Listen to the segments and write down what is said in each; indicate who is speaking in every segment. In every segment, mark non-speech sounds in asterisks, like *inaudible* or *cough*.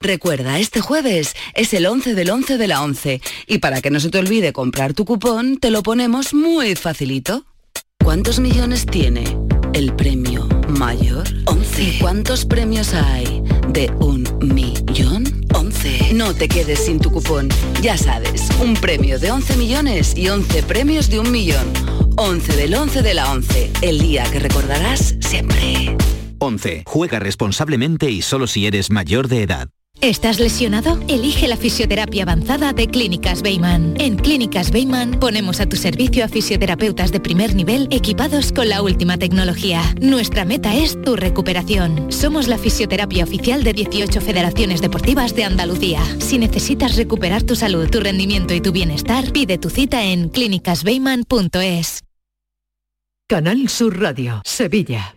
Speaker 1: Recuerda, este jueves es el 11 del 11 de la 11 y para que no se te olvide comprar tu cupón, te lo ponemos muy facilito. ¿Cuántos millones tiene el premio mayor? 11. ¿Y cuántos premios hay de un millón? 11. No te quedes sin tu cupón. Ya sabes, un premio de 11 millones y 11 premios de un millón. 11 del 11 de la 11, el día que recordarás siempre.
Speaker 2: 11. Juega responsablemente y solo si eres mayor de edad.
Speaker 3: ¿Estás lesionado? Elige la fisioterapia avanzada de Clínicas Beyman. En Clínicas Beyman ponemos a tu servicio a fisioterapeutas de primer nivel equipados con la última tecnología. Nuestra meta es tu recuperación. Somos la fisioterapia oficial de 18 federaciones deportivas de Andalucía. Si necesitas recuperar tu salud, tu rendimiento y tu bienestar, pide tu cita en clínicasbeyman.es.
Speaker 4: Canal Sur Radio, Sevilla.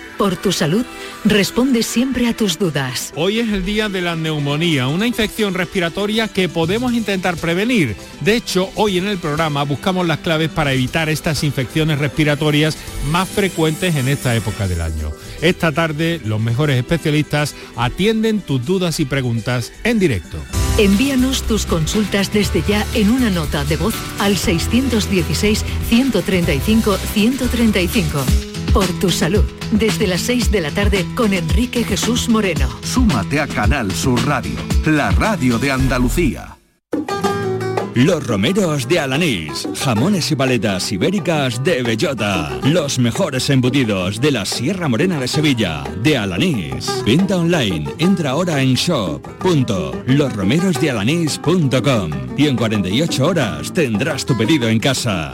Speaker 4: por tu salud, responde siempre a tus dudas.
Speaker 5: Hoy es el día de la neumonía, una infección respiratoria que podemos intentar prevenir. De hecho, hoy en el programa buscamos las claves para evitar estas infecciones respiratorias más frecuentes en esta época del año. Esta tarde, los mejores especialistas atienden tus dudas y preguntas en directo.
Speaker 4: Envíanos tus consultas desde ya en una nota de voz al 616-135-135 por tu salud. Desde las 6 de la tarde con Enrique Jesús Moreno.
Speaker 6: Súmate a Canal Sur Radio, la radio de Andalucía.
Speaker 7: Los romeros de Alanís, jamones y paletas ibéricas de bellota, los mejores embutidos de la Sierra Morena de Sevilla, de Alanís. Venta online, entra ahora en shop.losromerosdealanís.com y en 48 horas tendrás tu pedido en casa.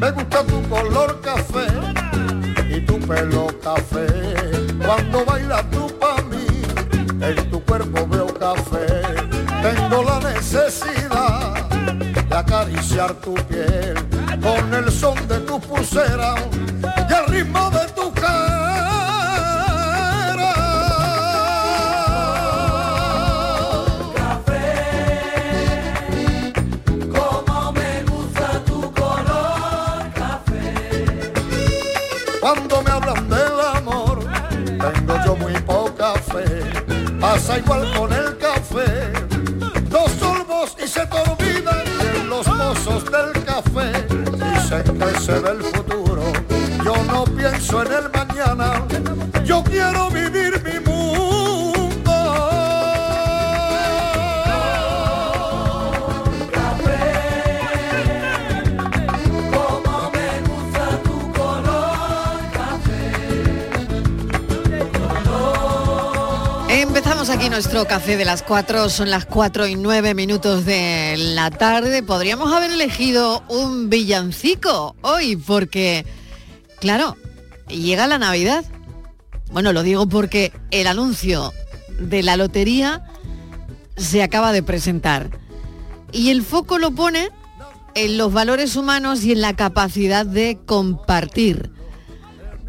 Speaker 8: Me gusta tu color café y tu pelo café. Cuando bailas tú para mí, en tu cuerpo veo café. Tengo la necesidad de acariciar tu piel con el son de tu pulsera y el ritmo de tu cara.
Speaker 9: Como me gusta tu color café.
Speaker 8: Cuando me hablan del amor, tengo yo muy poca fe. Pasa igual con el café. Dos sorbos y se te olvidan de los mozos del café. Dicen que se ve el futuro. Yo no pienso en el mañana. Yo quiero vivir mi mundo.
Speaker 9: Como me gusta tu color café. Color.
Speaker 10: Empezamos aquí nuestro café de las 4, son las 4 y 9 minutos de la tarde. Podríamos haber elegido un villancico hoy porque, claro, llega la Navidad. Bueno, lo digo porque el anuncio de la lotería se acaba de presentar. Y el foco lo pone en los valores humanos y en la capacidad de compartir.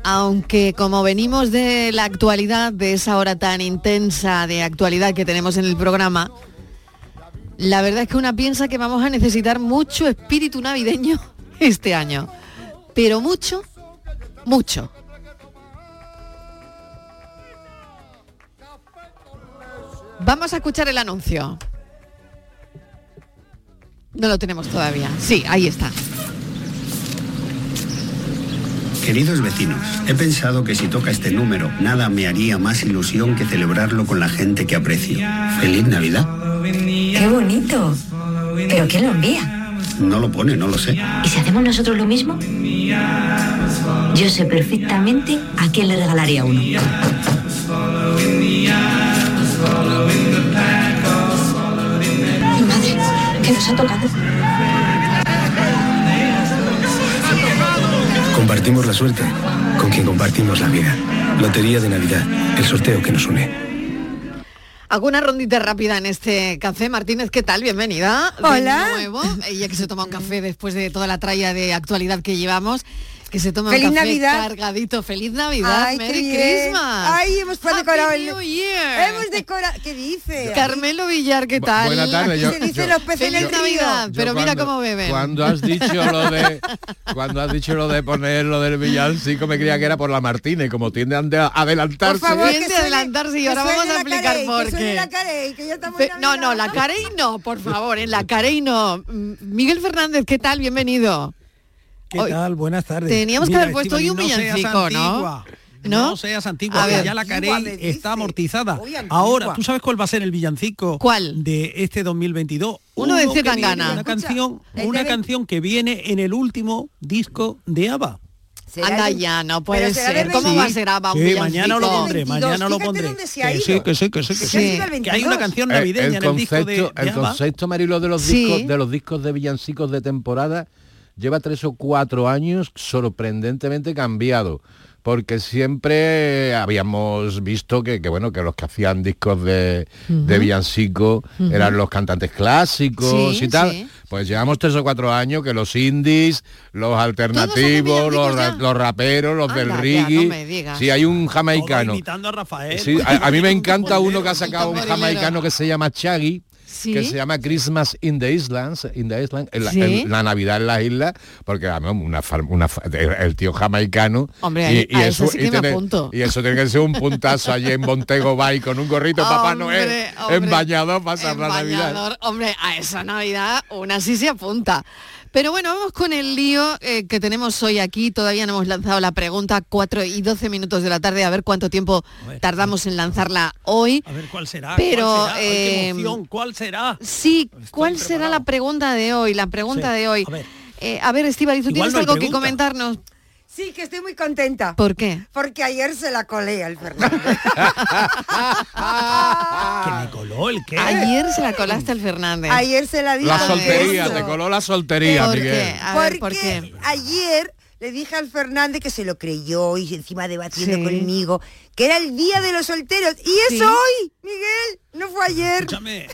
Speaker 10: Aunque como venimos de la actualidad, de esa hora tan intensa de actualidad que tenemos en el programa, la verdad es que una piensa que vamos a necesitar mucho espíritu navideño *laughs* este año. Pero mucho, mucho. Vamos a escuchar el anuncio. No lo tenemos todavía. Sí, ahí está.
Speaker 11: Queridos vecinos, he pensado que si toca este número, nada me haría más ilusión que celebrarlo con la gente que aprecio. Feliz Navidad.
Speaker 12: Qué bonito. ¿Pero quién lo envía?
Speaker 11: No lo pone, no lo sé.
Speaker 12: ¿Y si hacemos nosotros lo mismo? Yo sé perfectamente a quién le regalaría uno. Madre, que nos ha tocado.
Speaker 13: Compartimos la suerte con quien compartimos la vida. Lotería de Navidad, el sorteo que nos une.
Speaker 10: Hago una rondita rápida en este café. Martínez, ¿qué tal? Bienvenida. de
Speaker 14: Hola. *laughs*
Speaker 10: nuevo. Ella que se toma un café después de toda la tralla de actualidad que llevamos. Que se toma
Speaker 14: ¡Feliz
Speaker 10: un café
Speaker 14: Navidad!
Speaker 10: cargadito. ¡Feliz Navidad!
Speaker 14: Ay,
Speaker 10: ¡Merry
Speaker 14: qué bien.
Speaker 10: Christmas!
Speaker 14: Ay, hemos
Speaker 10: Happy
Speaker 14: decorado el-
Speaker 10: New Year.
Speaker 14: Hemos decorado. ¿Qué
Speaker 10: *laughs*
Speaker 14: dice?
Speaker 10: Carmelo Villar, ¿qué
Speaker 15: Bu-
Speaker 10: tal?
Speaker 15: buena tarde,
Speaker 10: Aquí
Speaker 15: yo-
Speaker 10: se dice
Speaker 15: yo-
Speaker 10: los peces en el
Speaker 15: yo-
Speaker 10: Navidad,
Speaker 15: yo
Speaker 10: pero mira
Speaker 15: cuando-
Speaker 10: cómo beben.
Speaker 15: Cuando has dicho lo de cuando has dicho lo de poner lo del villancico me creía que era por la Martínez, como tienden a adelantarse.
Speaker 10: Tiende a adelantarse y ahora vamos a explicar por qué. Pe- no, no, la Carey no,
Speaker 15: *laughs*
Speaker 10: por favor, en la Carey no. Mm, Miguel Fernández, ¿qué tal? Bienvenido.
Speaker 16: ¿Qué
Speaker 10: Hoy-
Speaker 16: tal? Buenas tardes.
Speaker 10: Teníamos que haber puesto hoy un
Speaker 16: Estíbaliz,
Speaker 10: villancico, ¿no?
Speaker 16: antigua.
Speaker 10: ¿No?
Speaker 16: No seas antigua,
Speaker 10: A
Speaker 16: que
Speaker 10: ver.
Speaker 16: ya la
Speaker 10: Antigua,
Speaker 16: Carey está amortizada.
Speaker 10: Hoy antigua.
Speaker 16: Ahora, ¿tú sabes cuál va a ser el villancico de este 2022?
Speaker 10: Uno de
Speaker 16: que viene,
Speaker 10: Zetangana.
Speaker 16: Una
Speaker 10: Escucha,
Speaker 16: canción,
Speaker 10: el de
Speaker 16: una
Speaker 10: ve-
Speaker 16: canción que viene en el último disco de ABBA.
Speaker 10: Anda ya, no puede ser. ¿Cómo va a ser ABBA un
Speaker 16: Sí, mañana lo
Speaker 10: villancico?
Speaker 16: pondré, mañana lo pondré.
Speaker 10: se ha
Speaker 16: Que
Speaker 10: ido.
Speaker 16: sí, que sí, que sí, que
Speaker 10: Se ha
Speaker 16: sí.
Speaker 10: ido al
Speaker 16: Que hay
Speaker 10: 22.
Speaker 16: una canción
Speaker 15: Eh,
Speaker 16: navideña
Speaker 15: el
Speaker 16: en el disco de,
Speaker 15: concepto-
Speaker 16: de
Speaker 15: el
Speaker 16: ABBA.
Speaker 15: concepto Marilo de los
Speaker 16: Sí.
Speaker 15: discos de los discos de villancicos de temporada lleva tres o cuatro años sorprendentemente cambiado porque siempre habíamos visto que, que, bueno que los que hacían discos de, de
Speaker 17: Ujú.
Speaker 15: villancicos
Speaker 17: Ujú.
Speaker 15: eran los cantantes clásicos
Speaker 17: Sí,
Speaker 15: y tal
Speaker 17: sí.
Speaker 15: pues llevamos tres o cuatro años que los indies los alternativos los, ra- los raperos los del
Speaker 16: Anda, ya, no
Speaker 15: reggae
Speaker 16: me digas.
Speaker 15: si hay un jamaicano
Speaker 16: Imitando a Rafael.
Speaker 15: Sí, a, a mí me encanta uno que ha sacado un
Speaker 16: tamborilero.
Speaker 15: jamaicano que se llama Chaggy,
Speaker 16: Sí.
Speaker 15: que se llama Christmas in the Islands, in the Island, en la,
Speaker 16: Sí.
Speaker 15: en la Navidad en las islas, porque vamos, una, far- una fa- el, el tío jamaicano.
Speaker 10: Hombre, ahí- a eso sí que me
Speaker 15: tiene,
Speaker 10: apunto.
Speaker 15: y eso tiene que ser un puntazo allí en Montego Bay con un gorrito de Papá Noel, en
Speaker 10: hombre,
Speaker 15: bañador pasar la Navidad.
Speaker 10: Bañador. Hombre, a esa Navidad una sí se apunta. Pero bueno, vamos con el lío eh, que tenemos hoy aquí. Todavía no hemos lanzado la pregunta 4 y 12 minutos de la tarde, a ver cuánto tiempo tardamos en lanzarla hoy.
Speaker 16: A ver cuál será.
Speaker 10: Pero,
Speaker 16: ¿Cuál será? Ay, qué
Speaker 10: eh,
Speaker 16: emoción, ¿Cuál será?
Speaker 10: Sí, ¿cuál será la pregunta de hoy? La pregunta
Speaker 16: Sí,
Speaker 10: de hoy.
Speaker 16: a ver.
Speaker 10: Eh, a ver, Estivali, ¿tú
Speaker 16: Igual
Speaker 10: tienes
Speaker 16: no hay
Speaker 10: algo que
Speaker 16: pregunta.
Speaker 10: comentarnos?
Speaker 14: Sí, que estoy muy contenta.
Speaker 10: ¿Por qué?
Speaker 14: Porque ayer se la colé al Fernando.
Speaker 16: Que me coló el qué.
Speaker 10: Ayer se la colaste al Fernández.
Speaker 14: Ayer se la dije.
Speaker 15: La soltería, te coló la soltería,
Speaker 10: ¿Por
Speaker 15: Miguel.
Speaker 10: qué? A
Speaker 14: Porque
Speaker 10: ver, ¿por qué?
Speaker 14: ayer le dije al Fernández que se lo creyó y encima debatiendo
Speaker 10: Sí.
Speaker 14: conmigo que era el día de los solteros. Y
Speaker 10: Sí.
Speaker 14: es hoy, Miguel, no fue ayer.
Speaker 10: *laughs*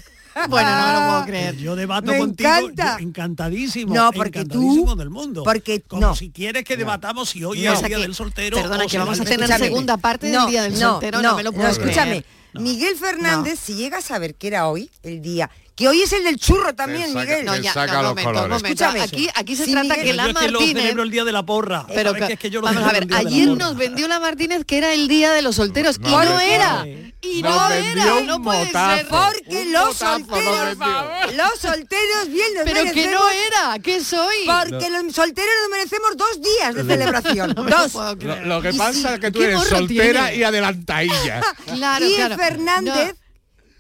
Speaker 10: Bueno, no lo
Speaker 14: *laughs*
Speaker 10: puedo creer.
Speaker 16: Ah, Yo debato
Speaker 14: Me
Speaker 16: contigo
Speaker 14: encanta.
Speaker 16: yo encantadísimo.
Speaker 14: No, porque
Speaker 16: encantadísimo
Speaker 14: tú-
Speaker 16: del mundo.
Speaker 14: porque
Speaker 16: Como
Speaker 14: no.
Speaker 16: si quieres que debatamos si hoy
Speaker 14: No.
Speaker 16: es el día
Speaker 14: Aquí-
Speaker 16: del soltero.
Speaker 10: perdona,
Speaker 16: o
Speaker 10: que
Speaker 16: será
Speaker 10: vamos a
Speaker 16: el
Speaker 10: tener
Speaker 16: 23.
Speaker 10: segunda parte del día del soltero, no me lo puedo creer.
Speaker 14: escúchame. Miguel Fernández, si llega a saber que era hoy el día, que hoy es el del churro también,
Speaker 16: saca-
Speaker 14: Miguel.
Speaker 16: te No, ya, saca no, los momento, colores. momento.
Speaker 14: Escúchame,
Speaker 10: Aquí- aquí se
Speaker 14: si
Speaker 10: trata
Speaker 14: Miguel-
Speaker 10: que la
Speaker 16: Yo es que lo
Speaker 10: Martínez-
Speaker 16: celebro el día de la porra.
Speaker 10: Pero
Speaker 16: ¿Sabes
Speaker 10: que-
Speaker 16: qué? es que yo lo
Speaker 10: vamos a ver,
Speaker 16: celebro el día de
Speaker 10: ayer
Speaker 16: la porra.
Speaker 10: nos vendió la Martínez que era el día de los solteros
Speaker 16: No,
Speaker 10: y no
Speaker 16: hombre,
Speaker 10: era. Y no
Speaker 14: vendió
Speaker 10: era,
Speaker 14: un
Speaker 10: no puede ser.
Speaker 14: motazo. Porque Un los motazo nos solteros-
Speaker 10: favor.
Speaker 14: Los solteros bien nos
Speaker 10: Pero que no
Speaker 14: merecemos-
Speaker 10: era, ¿qué soy?
Speaker 14: Porque los solteros nos merecemos dos días de celebración.
Speaker 10: No me lo
Speaker 14: dos.
Speaker 10: puedo
Speaker 15: Lo, lo que
Speaker 14: Y
Speaker 15: pasa
Speaker 14: sí,
Speaker 15: es que tú
Speaker 14: ¿qué
Speaker 15: eres
Speaker 14: morro
Speaker 15: soltera
Speaker 14: tiene?
Speaker 15: y adelantadilla.
Speaker 10: *laughs* Claro,
Speaker 14: y el
Speaker 10: claro.
Speaker 14: Fernández,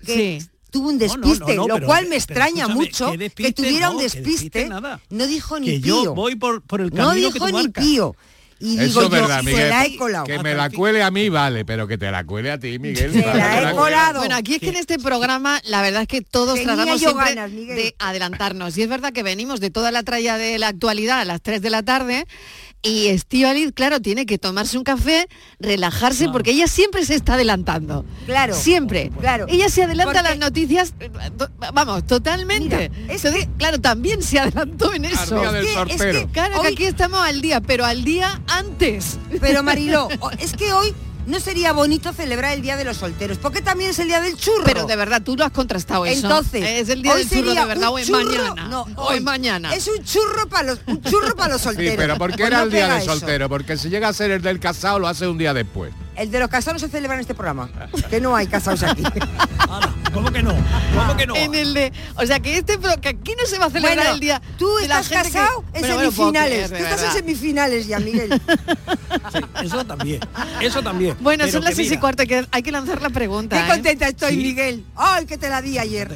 Speaker 14: que tuvo un
Speaker 16: no,
Speaker 14: despiste,
Speaker 16: no,
Speaker 14: lo
Speaker 16: pero-
Speaker 14: cual me
Speaker 16: pero
Speaker 14: extraña
Speaker 16: escúchame,
Speaker 14: mucho
Speaker 16: que
Speaker 14: que,
Speaker 16: despiste,
Speaker 14: tuviera
Speaker 16: no,
Speaker 14: un
Speaker 16: que despiste
Speaker 14: despiste.
Speaker 16: nada.
Speaker 14: no dijo ni
Speaker 16: Que
Speaker 14: pío.
Speaker 16: yo voy por, por el
Speaker 14: no
Speaker 16: camino
Speaker 14: dijo
Speaker 16: que tú
Speaker 14: ni
Speaker 16: marcas.
Speaker 14: pío. Y digo yo, se la he colado.
Speaker 15: Que me la cuele a mí, vale, pero que te la cuele a ti, Miguel.
Speaker 14: Se
Speaker 15: vale,
Speaker 14: la he
Speaker 15: te
Speaker 14: colado.
Speaker 10: Bueno, aquí es que en este programa la verdad es que todos
Speaker 14: Tenía
Speaker 10: tratamos
Speaker 14: yo
Speaker 10: siempre
Speaker 14: ganas, Miguel.
Speaker 10: de adelantarnos. Y es verdad que venimos de toda la tralla de la actualidad a las 3 de la tarde. Y Estíbaliz, claro, tiene que tomarse un café, relajarse, porque ella siempre se está adelantando.
Speaker 14: Claro.
Speaker 10: Siempre.
Speaker 14: Claro.
Speaker 10: Ella se adelanta
Speaker 14: Porque-
Speaker 10: a las noticias, eh, to- vamos, totalmente. Entonces, claro, también se adelantó en eso.
Speaker 14: Ardía del Es que- es torpero. que
Speaker 10: claro, que
Speaker 14: hoy-
Speaker 10: aquí estamos al día, pero al día antes. *laughs*
Speaker 14: Pero Mariló, o- es que hoy no sería bonito celebrar el Día de los Solteros, porque también es el Día del churro.
Speaker 10: Pero de verdad, tú lo has contrastado eso.
Speaker 14: Entonces,
Speaker 10: es el día
Speaker 14: hoy
Speaker 10: del churro
Speaker 14: sería
Speaker 10: de verdad
Speaker 14: un
Speaker 10: o es
Speaker 14: churro-
Speaker 10: mañana.
Speaker 14: no,
Speaker 10: o es
Speaker 14: hoy.
Speaker 10: mañana.
Speaker 14: Es un churro para los, un churro para los solteros.
Speaker 15: Sí, pero ¿por qué
Speaker 14: Pues
Speaker 15: era
Speaker 14: no
Speaker 15: el día
Speaker 14: pega
Speaker 15: del
Speaker 14: eso.
Speaker 15: soltero? Porque si llega a ser el del casado, lo hace un día después.
Speaker 14: El de los casados no se celebra en este programa, que no hay casados
Speaker 15: *laughs*
Speaker 14: aquí.
Speaker 16: ¿Cómo que no? ¿Cómo que no?
Speaker 10: Ah, En el de, o sea que este pro- que aquí no se va a celebrar
Speaker 14: Bueno,
Speaker 10: el día.
Speaker 14: Tú
Speaker 10: de la
Speaker 14: estás
Speaker 10: gente que-
Speaker 14: casado en
Speaker 10: Bueno, bueno, puedo
Speaker 14: semifinales.
Speaker 10: creer, de
Speaker 14: Tú estás en
Speaker 10: verdad.
Speaker 14: semifinales ya, Miguel.
Speaker 16: Eso también. Eso
Speaker 10: *laughs*
Speaker 16: también.
Speaker 10: Ah. Bueno,
Speaker 16: Pero
Speaker 10: son las
Speaker 16: que
Speaker 10: seis y
Speaker 16: mira,
Speaker 10: cuarto, hay que, hay que lanzar la pregunta.
Speaker 14: Qué
Speaker 10: ¿eh?
Speaker 14: contenta estoy,
Speaker 16: Sí.
Speaker 14: Miguel. Ay, que te la di ayer.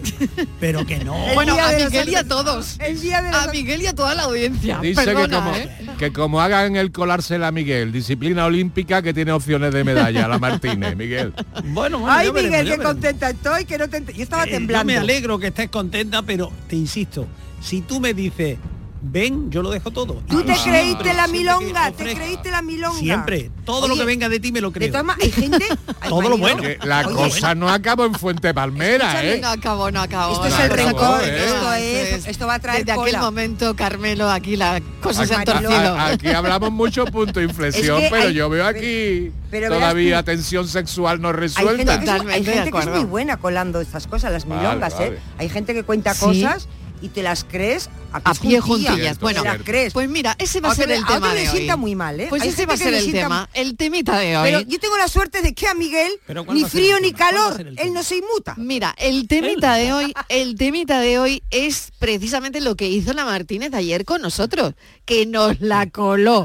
Speaker 16: Pero que no.
Speaker 14: El
Speaker 10: Bueno,
Speaker 14: día
Speaker 10: a
Speaker 14: de los
Speaker 10: Miguel y a
Speaker 14: solteros.
Speaker 10: todos.
Speaker 14: El día de los
Speaker 10: A Miguel y a toda la audiencia.
Speaker 15: Dice que,
Speaker 10: Perdona,
Speaker 15: como,
Speaker 10: ¿eh?
Speaker 15: que como hagan el colársela a Miguel, disciplina olímpica que tiene opciones de medalla, la Martínez, Miguel.
Speaker 16: Bueno, bueno,
Speaker 14: Ay,
Speaker 16: ya veremos,
Speaker 14: Miguel,
Speaker 16: ya
Speaker 14: qué
Speaker 16: veremos.
Speaker 14: contenta estoy, que no te ent- Yo estaba
Speaker 16: Eh,
Speaker 14: temblando.
Speaker 16: Yo me alegro que estés contenta, pero te insisto, si tú me dices, ven, yo lo dejo todo. Ah,
Speaker 14: Tú
Speaker 10: Ah,
Speaker 16: Y
Speaker 14: te
Speaker 16: siempre,
Speaker 14: creíste la
Speaker 16: siempre que
Speaker 14: milonga, te
Speaker 16: ofrezca-
Speaker 14: creíste la milonga.
Speaker 16: Siempre, todo lo
Speaker 14: Oye,
Speaker 16: que venga de ti me lo creo.
Speaker 14: De todas maneras, hay
Speaker 10: *laughs*
Speaker 14: gente. *laughs* ay,
Speaker 16: Todo lo
Speaker 14: Mariló,
Speaker 16: bueno.
Speaker 15: Que la cosa no acabó en Fuente Palmera,
Speaker 10: Escúchame,
Speaker 15: ¿eh?
Speaker 10: No acabó, no acabó.
Speaker 14: Esto Este es
Speaker 10: no
Speaker 14: el
Speaker 10: acabó,
Speaker 14: rencor,
Speaker 10: ¿eh?
Speaker 14: esto es, esto va a traer
Speaker 10: Desde aquel
Speaker 14: cola.
Speaker 10: momento, Carmelo, aquí las cosas se han
Speaker 15: Aquí,
Speaker 10: torcido.
Speaker 15: a- aquí hablamos mucho punto de inflexión,
Speaker 14: Es que
Speaker 15: pero
Speaker 14: hay-
Speaker 15: yo veo aquí
Speaker 14: pero verás
Speaker 15: todavía
Speaker 14: tú-
Speaker 15: tensión sexual no
Speaker 14: Hay gente, que
Speaker 15: resuelta.
Speaker 14: es, hay
Speaker 10: Totalmente
Speaker 14: gente
Speaker 10: de
Speaker 14: que es muy
Speaker 10: acuerdo.
Speaker 14: buena colando estas cosas, las
Speaker 15: Vale,
Speaker 14: milongas,
Speaker 15: vale.
Speaker 14: ¿eh? Hay gente que cuenta
Speaker 10: Sí.
Speaker 14: cosas y te las crees a,
Speaker 10: a pie
Speaker 14: juntillas.
Speaker 10: juntillas.
Speaker 14: Te
Speaker 10: Bueno,
Speaker 14: las crees.
Speaker 10: pues mira, ese va a
Speaker 14: otro
Speaker 10: ser
Speaker 14: le-
Speaker 10: el
Speaker 14: otro
Speaker 10: tema
Speaker 14: le
Speaker 10: de
Speaker 14: sienta
Speaker 10: hoy.
Speaker 14: muy mal, ¿eh?
Speaker 10: Pues
Speaker 14: Hay
Speaker 10: ese
Speaker 14: gente
Speaker 10: va a
Speaker 14: que
Speaker 10: ser
Speaker 14: le
Speaker 10: el
Speaker 14: sienta-
Speaker 10: tema, el temita de
Speaker 14: Pero
Speaker 10: hoy.
Speaker 14: yo tengo la suerte de que a Miguel
Speaker 16: ¿Pero cuál
Speaker 14: ni
Speaker 16: va a ser
Speaker 14: frío
Speaker 16: el
Speaker 14: ni
Speaker 16: tema? ¿Cuál va a
Speaker 14: calor,
Speaker 16: ser el
Speaker 14: él no se inmuta.
Speaker 10: Mira, el temita de hoy, el temita de hoy es precisamente lo que hizo la Martínez ayer con nosotros, que nos la
Speaker 16: *laughs*
Speaker 10: coló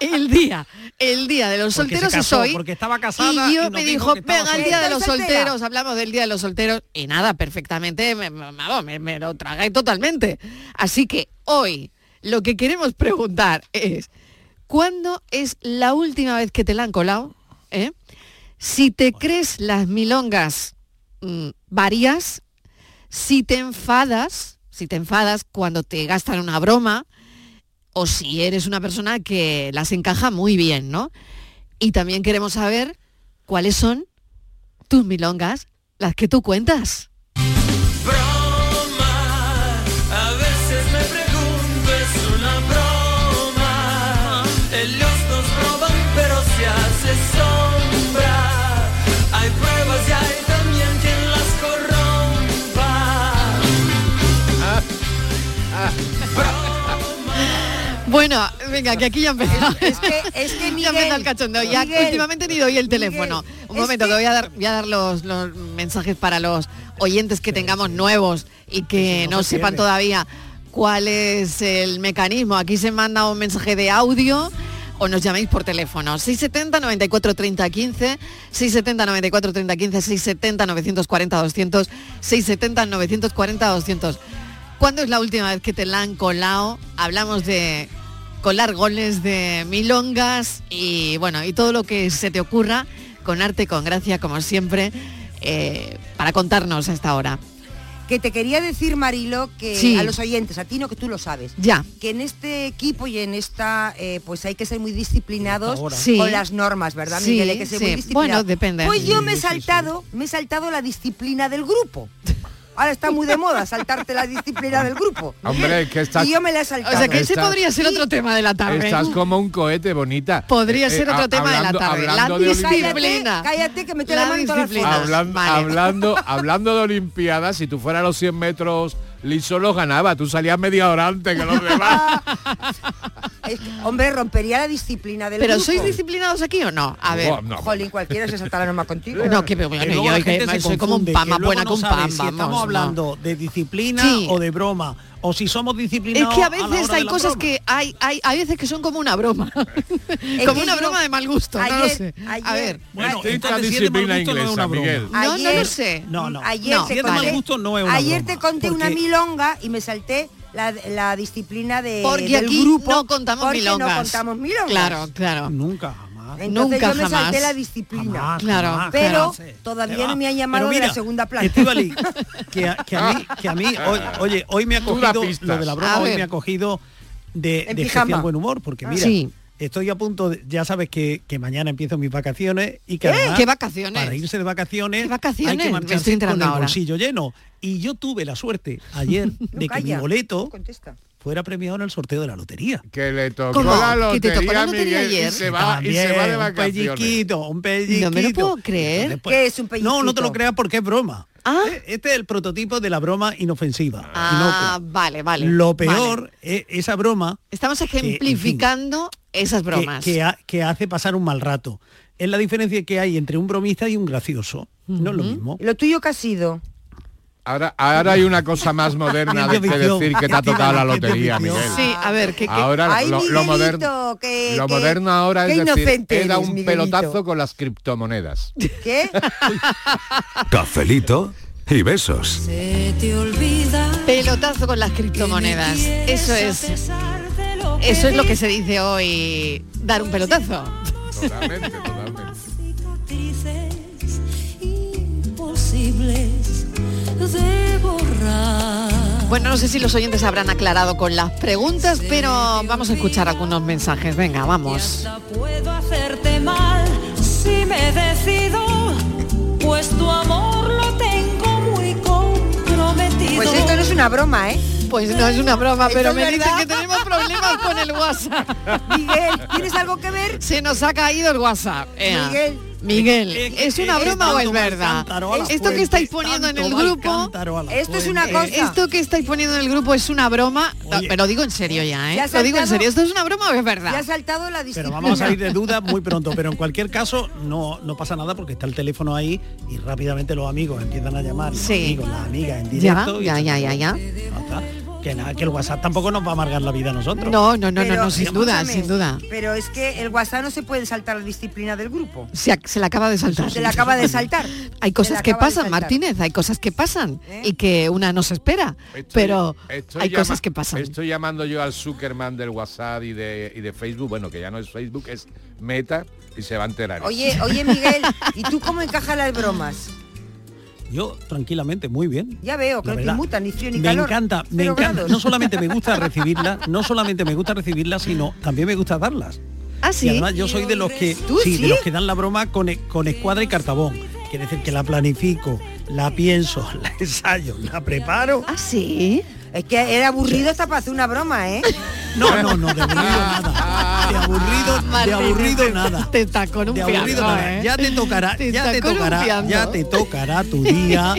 Speaker 10: el día, el día de los
Speaker 16: Porque se
Speaker 10: solteros es
Speaker 16: casó,
Speaker 10: hoy.
Speaker 16: porque estaba casada
Speaker 10: y yo
Speaker 16: y nos
Speaker 10: me
Speaker 16: dijo
Speaker 10: dijo,
Speaker 16: que estaba
Speaker 10: venga, el día de
Speaker 14: soltera".
Speaker 10: los
Speaker 14: Estoy soltera.
Speaker 10: solteros, hablamos del día de los solteros y nada, perfectamente, me, me- vamos, me- me lo tragué totalmente. Así que hoy lo que queremos preguntar es, ¿cuándo es la última vez que te la han colado? ¿Eh? Si te crees las milongas mm, varias, si te enfadas, si te enfadas cuando te gastan una broma, o si eres una persona que las encaja muy bien, ¿no? Y también queremos saber cuáles son tus milongas, las que tú cuentas.
Speaker 9: A veces me pregunto, es una broma. Ellos nos roban, pero se hace sombra. Hay pruebas y hay también quien las corrompa.
Speaker 10: Bueno, venga, que aquí ya empezamos.
Speaker 14: Es
Speaker 10: *laughs*
Speaker 14: que, es que
Speaker 10: Ya
Speaker 14: Miguel,
Speaker 10: empieza el cachondeo. Ya
Speaker 14: Miguel,
Speaker 10: últimamente ni doy el teléfono. Un
Speaker 14: es
Speaker 10: momento, que
Speaker 14: que-
Speaker 10: voy a dar, voy a dar los, los mensajes para los oyentes que tengamos nuevos y que no, sepan todavía cuál es el mecanismo. Aquí se manda un mensaje de audio o nos llaméis por teléfono. 670 94 30 15, 670 94 30 15, 670 940 200, 670 940 200. ¿Cuándo es la última vez que te la han colado? Hablamos de colar goles de milongas y bueno, y todo lo que se te ocurra con arte, con gracia, como siempre, eh, para contarnos a esta hora.
Speaker 14: que te quería decir, Marilo, que
Speaker 10: Sí.
Speaker 14: a los oyentes, a ti no que tú lo sabes.
Speaker 10: Ya.
Speaker 14: Que en este equipo y en esta, eh, pues hay que ser muy disciplinados
Speaker 10: Ahora. Sí.
Speaker 14: con las normas, ¿verdad,
Speaker 10: Sí,
Speaker 14: Miguel? Hay que ser
Speaker 10: sí.
Speaker 14: muy disciplinados.
Speaker 10: Bueno, depende.
Speaker 14: Pues yo me he
Speaker 10: Sí, sí, sí.
Speaker 14: saltado, me he saltado la disciplina del grupo. Ahora está muy de moda saltarte la disciplina del grupo.
Speaker 15: Hombre, es que estás,
Speaker 14: Y yo me la he
Speaker 10: O
Speaker 14: saltado.
Speaker 10: sea que ese
Speaker 15: Estás-
Speaker 10: podría ser otro tema de la tarde.
Speaker 15: estás como un cohete bonita. Eh,
Speaker 10: Podría ser otro
Speaker 15: ha-
Speaker 10: tema de la
Speaker 15: hablando-
Speaker 10: tarde. La
Speaker 15: Hablando de
Speaker 10: disciplina.
Speaker 15: Olimpiadas.
Speaker 14: cállate,
Speaker 10: disciplina.
Speaker 14: cállate que me te
Speaker 10: La
Speaker 14: la mano en todas las
Speaker 10: disciplina.
Speaker 14: formas.
Speaker 15: Hablan-
Speaker 10: Vale.
Speaker 15: hablando, hablando de Olimpiadas, si tú fueras a los 100 metros, liso los ganaba. Tú salías media hora
Speaker 10: *laughs*
Speaker 15: antes que los demás. Ah,
Speaker 14: Es que, hombre, rompería la disciplina del
Speaker 10: Pero
Speaker 14: grupo.
Speaker 10: ¿sois disciplinados aquí o no? A ver.
Speaker 15: Buah, no.
Speaker 14: Jolín, cualquiera se salta la norma contigo.
Speaker 10: No, que bueno,
Speaker 16: Que luego
Speaker 10: yo
Speaker 16: la
Speaker 10: que
Speaker 16: gente se
Speaker 10: soy como un
Speaker 16: confunde,
Speaker 10: pan
Speaker 16: que
Speaker 10: más
Speaker 16: luego
Speaker 10: buena
Speaker 16: no
Speaker 10: que un
Speaker 16: sabe
Speaker 10: pan,
Speaker 16: si
Speaker 10: vamos,
Speaker 16: estamos
Speaker 10: no.
Speaker 16: hablando de disciplina
Speaker 10: Sí.
Speaker 16: o de broma, o si somos
Speaker 10: Es
Speaker 16: disciplinados.
Speaker 10: que a
Speaker 16: la
Speaker 10: veces
Speaker 16: hora
Speaker 10: hay
Speaker 16: de la
Speaker 10: cosas
Speaker 16: broma.
Speaker 10: que hay, hay, hay veces que son como una
Speaker 16: *laughs*
Speaker 10: broma.
Speaker 14: Es
Speaker 10: *laughs* como
Speaker 14: que
Speaker 10: una
Speaker 14: yo-
Speaker 10: broma de mal gusto, no lo
Speaker 14: ayer-
Speaker 10: sé. A
Speaker 14: ayer-
Speaker 10: ver.
Speaker 16: Bueno,
Speaker 15: Esta
Speaker 16: esta de siete
Speaker 15: disciplina
Speaker 16: mal gusto no es
Speaker 15: inglesa,
Speaker 16: una broma.
Speaker 15: Miguel.
Speaker 10: No, no
Speaker 14: Ayer-
Speaker 10: lo sé.
Speaker 16: No, no.
Speaker 14: Ayer,
Speaker 10: No,
Speaker 14: te
Speaker 10: siete mal
Speaker 14: conté,
Speaker 16: gusto no es una
Speaker 14: ayer
Speaker 16: broma,
Speaker 14: te conté una
Speaker 16: porque-
Speaker 14: milonga y me salté la, la disciplina de,
Speaker 10: Porque
Speaker 14: del
Speaker 10: aquí
Speaker 14: grupo.
Speaker 10: no contamos
Speaker 14: porque
Speaker 10: milongas.
Speaker 14: no contamos milongas.
Speaker 10: Claro, claro.
Speaker 16: Nunca jamás.
Speaker 14: Entonces
Speaker 10: Nunca
Speaker 14: yo me
Speaker 10: jamás.
Speaker 14: salté la disciplina.
Speaker 16: Jamás,
Speaker 10: Claro,
Speaker 16: jamás,
Speaker 14: pero
Speaker 16: jamás. Te
Speaker 14: todavía
Speaker 16: va.
Speaker 14: no me han llamado
Speaker 16: Pero
Speaker 14: de
Speaker 16: mira,
Speaker 14: la segunda planta. *laughs*
Speaker 16: Estíbaliz, que a, que a mí, que a mí hoy, oye, hoy me ha
Speaker 14: Tú la
Speaker 16: cogido
Speaker 14: pistas.
Speaker 16: lo de la broma,
Speaker 14: A
Speaker 16: hoy
Speaker 14: ver.
Speaker 16: me ha cogido de,
Speaker 14: En
Speaker 16: de
Speaker 14: pijama.
Speaker 16: especial buen humor, porque
Speaker 10: Ah.
Speaker 16: mira,
Speaker 10: Sí.
Speaker 16: estoy a punto, de- ya sabes que, que mañana empiezo mis vacaciones y que
Speaker 10: ¿Qué?
Speaker 16: además,
Speaker 10: ¿Qué vacaciones?
Speaker 16: para irse de vacaciones,
Speaker 10: vacaciones?
Speaker 16: hay que
Speaker 10: Me estoy
Speaker 16: marcharse con
Speaker 10: enterando
Speaker 16: el
Speaker 10: ahora.
Speaker 16: bolsillo lleno. Y yo tuve la suerte ayer de que mi
Speaker 14: calla.
Speaker 16: boleto
Speaker 14: Contesta.
Speaker 16: fuera premiado en el sorteo de la lotería.
Speaker 15: Que le tocó
Speaker 16: ¿Cómo?
Speaker 15: la
Speaker 16: ¿Que te
Speaker 15: lotería,
Speaker 16: tocó la lotería
Speaker 15: Miguel,
Speaker 16: ayer?
Speaker 15: y se va, y se va de
Speaker 16: También,
Speaker 15: vacaciones.
Speaker 16: un pelliquito, un pelliquito.
Speaker 10: No me lo puedo creer.
Speaker 16: Entonces, pues,
Speaker 10: ¿Qué es un Ah. pelliquito?
Speaker 16: No, no te lo creas porque es broma. Eh, Este es el prototipo de la broma inofensiva.
Speaker 10: Ah,
Speaker 16: inocua.
Speaker 10: vale, vale. vale.
Speaker 16: Lo peor es esa broma
Speaker 10: Estamos ejemplificando esas
Speaker 16: que-
Speaker 10: bromas.
Speaker 16: que, ha- que hace pasar un mal rato. Es la diferencia que hay entre un bromista y un gracioso. No es lo mismo.
Speaker 14: Lo tuyo que ha sido.
Speaker 15: Ahora, ahora hay una cosa más moderna de que
Speaker 16: Ciencia
Speaker 15: decir que te ha tocado la lotería, Miguel.
Speaker 10: Sí, a ver, que, que-
Speaker 15: Ahora
Speaker 14: Ay,
Speaker 15: lo, lo
Speaker 14: Miguelito,
Speaker 15: moderno,
Speaker 14: que-
Speaker 15: lo
Speaker 14: que-
Speaker 15: moderno ahora
Speaker 14: qué
Speaker 15: es decir,
Speaker 14: inocente
Speaker 15: he dado
Speaker 14: eres,
Speaker 15: un
Speaker 14: Miguelito.
Speaker 15: pelotazo con las criptomonedas.
Speaker 14: ¿Qué?
Speaker 6: Cafelito y besos.
Speaker 10: Pelotazo con las criptomonedas. Eso es. Eso es lo que se dice hoy, dar un pelotazo.
Speaker 15: Totalmente, totalmente.
Speaker 9: cicatrices imposibles de borrar.
Speaker 10: Bueno, no sé si los oyentes habrán aclarado con las preguntas, pero vamos a escuchar algunos mensajes. Venga, vamos.
Speaker 9: Puedo hacerte mal si me decido, pues tu amor lo tengo muy comprometido.
Speaker 14: Pues esto no es una broma, ¿eh?
Speaker 10: Pues no es una broma,
Speaker 14: Esto
Speaker 10: pero
Speaker 14: es
Speaker 10: me dicen
Speaker 14: verdad.
Speaker 10: que tenemos problemas con el WhatsApp.
Speaker 14: Miguel, ¿tienes algo que ver?
Speaker 10: Se nos ha caído el WhatsApp. Ea.
Speaker 14: Miguel.
Speaker 10: Miguel,
Speaker 14: Es que-
Speaker 10: ¿es una
Speaker 14: es
Speaker 10: broma o
Speaker 14: tanto
Speaker 10: es
Speaker 14: va el
Speaker 10: verdad?
Speaker 14: cántaro a la
Speaker 10: Esto que
Speaker 14: fuente,
Speaker 10: estáis poniendo en el
Speaker 14: tanto va el
Speaker 10: grupo...
Speaker 14: cántaro a la Esto es fuente. una cosa.
Speaker 10: Esto que estáis poniendo en el grupo es una broma. No, me lo digo en serio ya, ¿eh?
Speaker 14: Ya
Speaker 10: lo digo
Speaker 14: saltado-
Speaker 10: en serio. ¿Esto es una broma o es
Speaker 14: Ya ha
Speaker 10: verdad?
Speaker 14: saltado la disciplina.
Speaker 10: *laughs*
Speaker 16: Pero vamos a salir de dudas muy pronto. Pero en cualquier caso, no, no pasa nada porque está el teléfono ahí y rápidamente los amigos empiezan a llamar. Los amigos, las amigas en
Speaker 10: Ya,
Speaker 16: directo. y
Speaker 10: ya,
Speaker 16: se-
Speaker 10: ya, ya, ya.
Speaker 16: ya está. Que nada, que el WhatsApp tampoco nos va a amargar la vida a nosotros.
Speaker 10: No, no, no, no,
Speaker 14: Pero,
Speaker 10: no, sin duda,
Speaker 14: escúchame,
Speaker 10: sin duda.
Speaker 14: *laughs* Pero es que el WhatsApp no se puede saltar la disciplina del grupo.
Speaker 10: Se, ac- se la acaba de saltar.
Speaker 14: Se la acaba de saltar.
Speaker 10: Hay
Speaker 14: Se
Speaker 10: cosas
Speaker 14: la
Speaker 10: que
Speaker 14: acaba de
Speaker 10: pasan,
Speaker 14: saltar. ¿Eh?
Speaker 10: Martínez, hay cosas que pasan y que una no se espera, pero
Speaker 15: Estoy
Speaker 10: hay
Speaker 15: llama-
Speaker 10: cosas que pasan.
Speaker 15: Estoy llamando yo al Zuckerman del WhatsApp y de, y de Facebook, bueno, que ya no es Facebook, es Meta, y se va a enterar.
Speaker 14: Oye, oye Miguel, ¿y tú cómo encajas las bromas?
Speaker 16: Yo tranquilamente, muy bien.
Speaker 14: Ya veo, que
Speaker 16: La
Speaker 14: no te
Speaker 16: verdad,
Speaker 14: mutan ni frío ni
Speaker 16: Me
Speaker 14: calor.
Speaker 16: encanta, me
Speaker 14: Cero
Speaker 16: encanta.
Speaker 14: grados.
Speaker 16: No solamente me gusta recibirlas, no solamente me gusta recibirlas, sino también me gusta darlas.
Speaker 10: Ah,
Speaker 16: Y
Speaker 10: sí.
Speaker 16: además yo soy de los que
Speaker 10: ¿Tú
Speaker 16: sí,
Speaker 10: sí?
Speaker 16: de los que dan la broma con, e- con escuadra y cartabón. Quiere decir que la planifico, la pienso, *laughs* la ensayo, la preparo.
Speaker 10: Ah, sí.
Speaker 14: Es que era aburrido hasta para hacer una broma, ¿eh?
Speaker 16: *laughs* No, no, no, de aburrido nada. De aburrido, de
Speaker 10: Martínez,
Speaker 16: aburrido
Speaker 10: te-
Speaker 16: nada.
Speaker 10: Te está con un
Speaker 16: De aburrido
Speaker 10: piano,
Speaker 16: nada.
Speaker 10: ¿eh?
Speaker 16: Ya te tocará,
Speaker 10: Te
Speaker 16: ya
Speaker 10: está
Speaker 16: te tocará,
Speaker 10: columpiando.
Speaker 16: ya te tocará tu
Speaker 10: *laughs*
Speaker 16: día.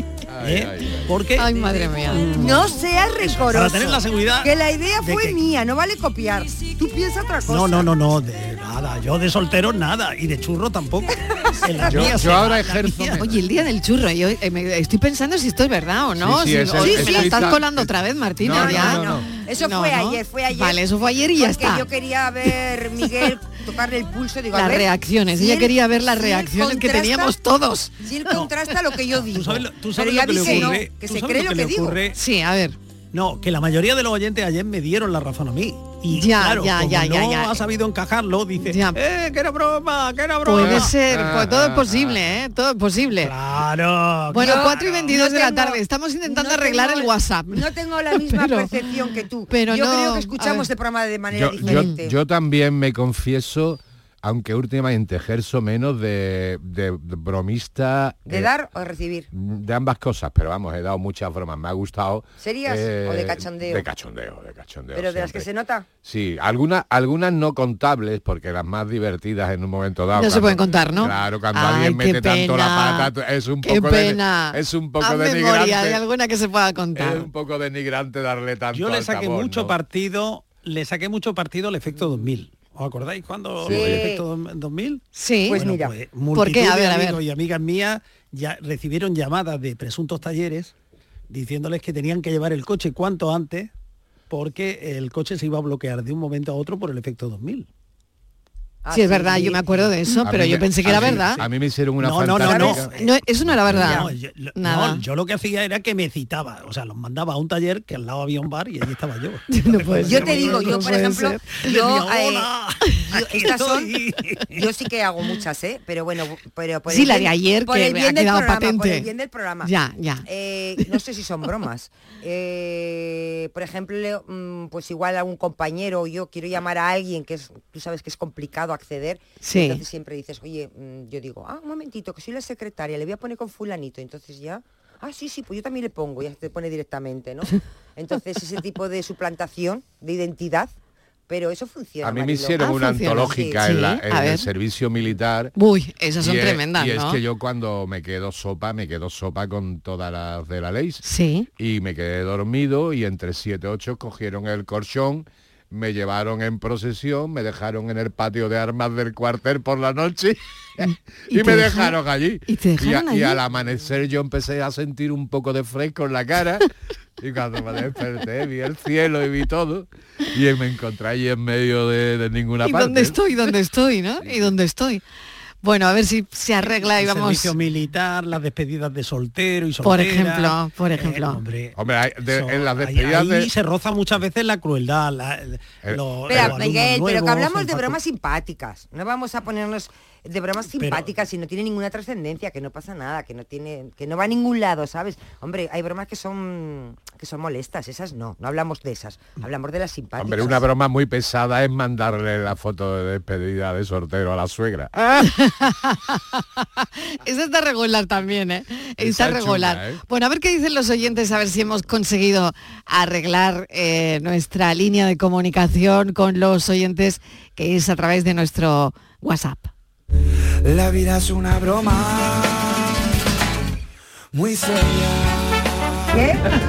Speaker 16: ¿eh? Porque
Speaker 10: Ay, madre mía.
Speaker 14: No seas rencoroso.
Speaker 16: para tener la seguridad
Speaker 14: Que la idea
Speaker 16: de
Speaker 14: fue
Speaker 16: que-
Speaker 14: mía, no vale copiar. Tú piensa otra cosa.
Speaker 16: No, no, no, no, de nada. Yo de soltero nada y de churro tampoco. En la
Speaker 15: Yo-
Speaker 16: mía
Speaker 15: yo
Speaker 16: se va,
Speaker 15: ahora
Speaker 16: la
Speaker 15: ejerzo
Speaker 16: mía-
Speaker 10: Oye, el día del churro, yo eh, me- estoy pensando si esto es verdad o no.
Speaker 15: Sí, sí,
Speaker 10: si-
Speaker 15: es el-
Speaker 10: o-
Speaker 15: Sí,
Speaker 10: me
Speaker 15: sí.
Speaker 10: la estás
Speaker 15: está-
Speaker 10: colando otra vez, Martínez,
Speaker 15: No, no,
Speaker 10: ya.
Speaker 15: no, no.
Speaker 14: Eso
Speaker 10: No,
Speaker 14: fue
Speaker 10: ¿no?
Speaker 14: ayer, fue ayer.
Speaker 10: Vale, eso fue ayer y ya
Speaker 14: Porque
Speaker 10: está.
Speaker 14: yo quería ver Miguel tocarle el pulso, digo, a
Speaker 10: Las
Speaker 14: ver,
Speaker 10: reacciones,
Speaker 14: si
Speaker 10: ella
Speaker 14: él-
Speaker 10: quería ver las
Speaker 14: si él
Speaker 10: reacciones que
Speaker 14: contrasta-
Speaker 10: teníamos todos.
Speaker 14: Si él contrasta lo que yo digo.
Speaker 16: Tú sabes lo, tú
Speaker 14: Pero
Speaker 16: sabes
Speaker 14: ya
Speaker 16: lo que le
Speaker 14: dice, no,
Speaker 16: ocurre.
Speaker 14: que
Speaker 16: tú
Speaker 14: se
Speaker 16: sabes
Speaker 14: cree
Speaker 16: lo
Speaker 14: lo
Speaker 16: que
Speaker 14: que
Speaker 16: le
Speaker 14: digo.
Speaker 16: ocurre.
Speaker 10: Sí, a ver.
Speaker 16: No, que la mayoría de los oyentes ayer me dieron la razón a mí. Y
Speaker 10: Ya,
Speaker 16: claro,
Speaker 10: ya,
Speaker 16: como
Speaker 10: ya, ya,
Speaker 16: no
Speaker 10: ya.
Speaker 16: ha sabido encajarlo, dice,
Speaker 10: Ya.
Speaker 16: "Eh, que era broma, que era broma.
Speaker 10: Puede ser,
Speaker 16: Ah,
Speaker 10: pues todo es
Speaker 16: ah,
Speaker 10: posible, ¿eh? Todo es posible.
Speaker 16: Claro.
Speaker 10: Bueno,
Speaker 16: claro.
Speaker 10: 4 y 22
Speaker 14: no
Speaker 10: de la
Speaker 14: tengo-
Speaker 10: tarde, estamos intentando
Speaker 14: no
Speaker 10: arreglar
Speaker 14: tengo-
Speaker 10: el WhatsApp.
Speaker 14: No tengo la misma
Speaker 10: Pero-
Speaker 14: percepción que tú.
Speaker 10: pero
Speaker 14: yo
Speaker 10: no,
Speaker 14: creo
Speaker 10: a
Speaker 14: que escuchamos
Speaker 10: ver.
Speaker 14: el programa de manera
Speaker 15: yo, yo-
Speaker 14: diferente.
Speaker 15: yo también me confieso, aunque últimamente ejerzo menos de, de- de bromista.
Speaker 14: ¿De
Speaker 15: eh,
Speaker 14: dar o de recibir?
Speaker 15: De ambas cosas, pero vamos, he dado muchas bromas, me ha gustado. eh,
Speaker 14: ¿Serias o de cachondeo?
Speaker 15: De cachondeo, de cachondeo.
Speaker 14: Pero de las que
Speaker 15: siempre.
Speaker 14: se nota.
Speaker 15: Sí, algunas, algunas no contables, porque las más divertidas en un momento dado.
Speaker 10: No se pueden contar, ¿no?
Speaker 15: Claro, cuando
Speaker 10: Ay,
Speaker 15: alguien
Speaker 10: qué
Speaker 15: mete tanto la
Speaker 10: pena.
Speaker 15: pata, tú- es un
Speaker 10: Qué
Speaker 15: poco de-
Speaker 10: pena.
Speaker 15: es un poco
Speaker 10: Haz memoria
Speaker 15: denigrante.
Speaker 10: de alguna que se pueda
Speaker 15: es
Speaker 10: contar.
Speaker 15: un poco denigrante darle tanto
Speaker 16: Yo le
Speaker 15: al
Speaker 16: saqué
Speaker 15: tabón,
Speaker 16: mucho
Speaker 15: ¿no?
Speaker 16: partido, le saqué mucho partido al efecto 2000. ¿Os acordáis cuando
Speaker 15: Sí.
Speaker 16: el efecto 2000?
Speaker 10: Sí.
Speaker 14: Pues
Speaker 16: Bueno,
Speaker 14: mira.
Speaker 10: ¿Por qué?
Speaker 16: multitud
Speaker 10: A
Speaker 16: de
Speaker 10: ver, a ver.
Speaker 16: amigos y amigas mías ya recibieron llamadas de presuntos talleres diciéndoles que tenían que llevar el coche cuanto antes porque el coche se iba a bloquear de un momento a otro por el efecto 2000.
Speaker 10: Sí, es verdad, yo me acuerdo de eso,
Speaker 15: Eh, A
Speaker 10: pero
Speaker 15: mí
Speaker 10: yo
Speaker 15: me-
Speaker 10: pensé que
Speaker 15: a
Speaker 10: era
Speaker 15: mí-
Speaker 10: verdad.
Speaker 15: A mí me hicieron una
Speaker 10: No, no, no, no.
Speaker 15: fantástica.
Speaker 10: No, eso no era Ah, verdad.
Speaker 16: No, yo, lo-
Speaker 10: Nada.
Speaker 16: no, yo lo que hacía era que me citaba, o sea, los mandaba a un taller que al lado había un bar y allí estaba
Speaker 10: *laughs*
Speaker 16: yo. pues,
Speaker 14: Yo te digo, yo
Speaker 16: No
Speaker 14: por
Speaker 16: puede
Speaker 14: ejemplo,
Speaker 16: ser.
Speaker 14: yo,
Speaker 16: Decía,
Speaker 14: eh,
Speaker 16: "Hola".
Speaker 14: yo- estas son, yo sí que hago muchas, ¿eh? Pero bueno, pero por
Speaker 10: Sí,
Speaker 14: el
Speaker 10: la
Speaker 14: bien-
Speaker 10: de ayer
Speaker 14: por
Speaker 10: que
Speaker 14: el
Speaker 10: me
Speaker 14: bien
Speaker 10: ha
Speaker 14: del
Speaker 10: quedado
Speaker 14: programa, Por
Speaker 10: patente.
Speaker 14: el bien del programa.
Speaker 10: Ya, ya.
Speaker 14: Eh, no sé si son bromas. Eh, por ejemplo, mm, pues igual a un compañero o yo quiero llamar a alguien que es, tú sabes que es complicado acceder.
Speaker 10: Sí.
Speaker 14: Entonces siempre dices, oye, mm, yo digo, ah, un momentito, que soy la secretaria, le voy a poner con fulanito. Entonces ya, ah, sí, sí, pues yo también le pongo, ya te pone directamente, ¿no? Entonces ese tipo de suplantación de identidad, pero eso funciona.
Speaker 15: A mí me
Speaker 14: Mariló. Ah,
Speaker 15: hicieron una antológica en, la-
Speaker 10: Sí,
Speaker 15: en
Speaker 10: a
Speaker 15: el
Speaker 10: ver.
Speaker 15: servicio militar.
Speaker 10: Uy, esas son
Speaker 15: Y es-
Speaker 10: tremendas,
Speaker 15: Y es
Speaker 10: ¿no?
Speaker 15: que yo cuando me quedo sopa, me quedo sopa con todas las de la ley.
Speaker 10: Sí.
Speaker 15: Y me quedé dormido y entre 7 y 8 cogieron el corchón, me llevaron en procesión, me dejaron en el patio de armas del cuartel por la noche *laughs* y,
Speaker 18: ¿Y te
Speaker 15: me
Speaker 18: dejaron-
Speaker 15: dejaron allí.
Speaker 18: y te
Speaker 15: a-
Speaker 18: dejaron
Speaker 15: y al
Speaker 18: allí?
Speaker 15: amanecer yo empecé a sentir un poco de fresco en la cara. Y cuando me desperté vi el cielo y vi todo y me encontré ahí en medio de, de ninguna
Speaker 10: ¿Y
Speaker 15: parte. ¿eh?
Speaker 10: dónde estoy? ¿Dónde estoy? ¿No? ¿Y dónde estoy? Bueno, a ver si se arregla y
Speaker 16: El
Speaker 10: vamos.
Speaker 16: Servicio militar, las despedidas de soltero y
Speaker 10: Por
Speaker 16: soltera.
Speaker 10: ejemplo, por
Speaker 16: Eh,
Speaker 10: ejemplo.
Speaker 16: hombre,
Speaker 15: Hombre, hay- de-
Speaker 16: eso,
Speaker 15: en las
Speaker 16: ahí-
Speaker 15: despedidas
Speaker 16: ahí,
Speaker 15: de-
Speaker 16: se roza muchas veces la crueldad. la- el- los-
Speaker 14: Espera,
Speaker 16: los alumnos
Speaker 14: Miguel, pero
Speaker 16: nuevos,
Speaker 14: que hablamos
Speaker 16: el
Speaker 14: de
Speaker 16: facu-
Speaker 14: bromas simpáticas. No vamos a ponernos de bromas simpáticas si no tiene ninguna trascendencia, que no pasa nada, que no tiene, que no va a ningún lado, ¿sabes? Hombre, hay bromas que son que son molestas, esas no, no hablamos de esas, hablamos de las simpáticas.
Speaker 15: Hombre, una broma muy pesada es mandarle la foto de despedida de sortero a la suegra.
Speaker 10: Esa está regular también, ¿eh?
Speaker 15: Esa
Speaker 10: Está
Speaker 15: es
Speaker 10: regular.
Speaker 15: chunga, ¿eh?
Speaker 10: Bueno, a ver qué dicen los oyentes, a ver si hemos conseguido arreglar eh, nuestra línea de comunicación con los oyentes, que es a través de nuestro WhatsApp.
Speaker 18: La vida es una broma muy seria.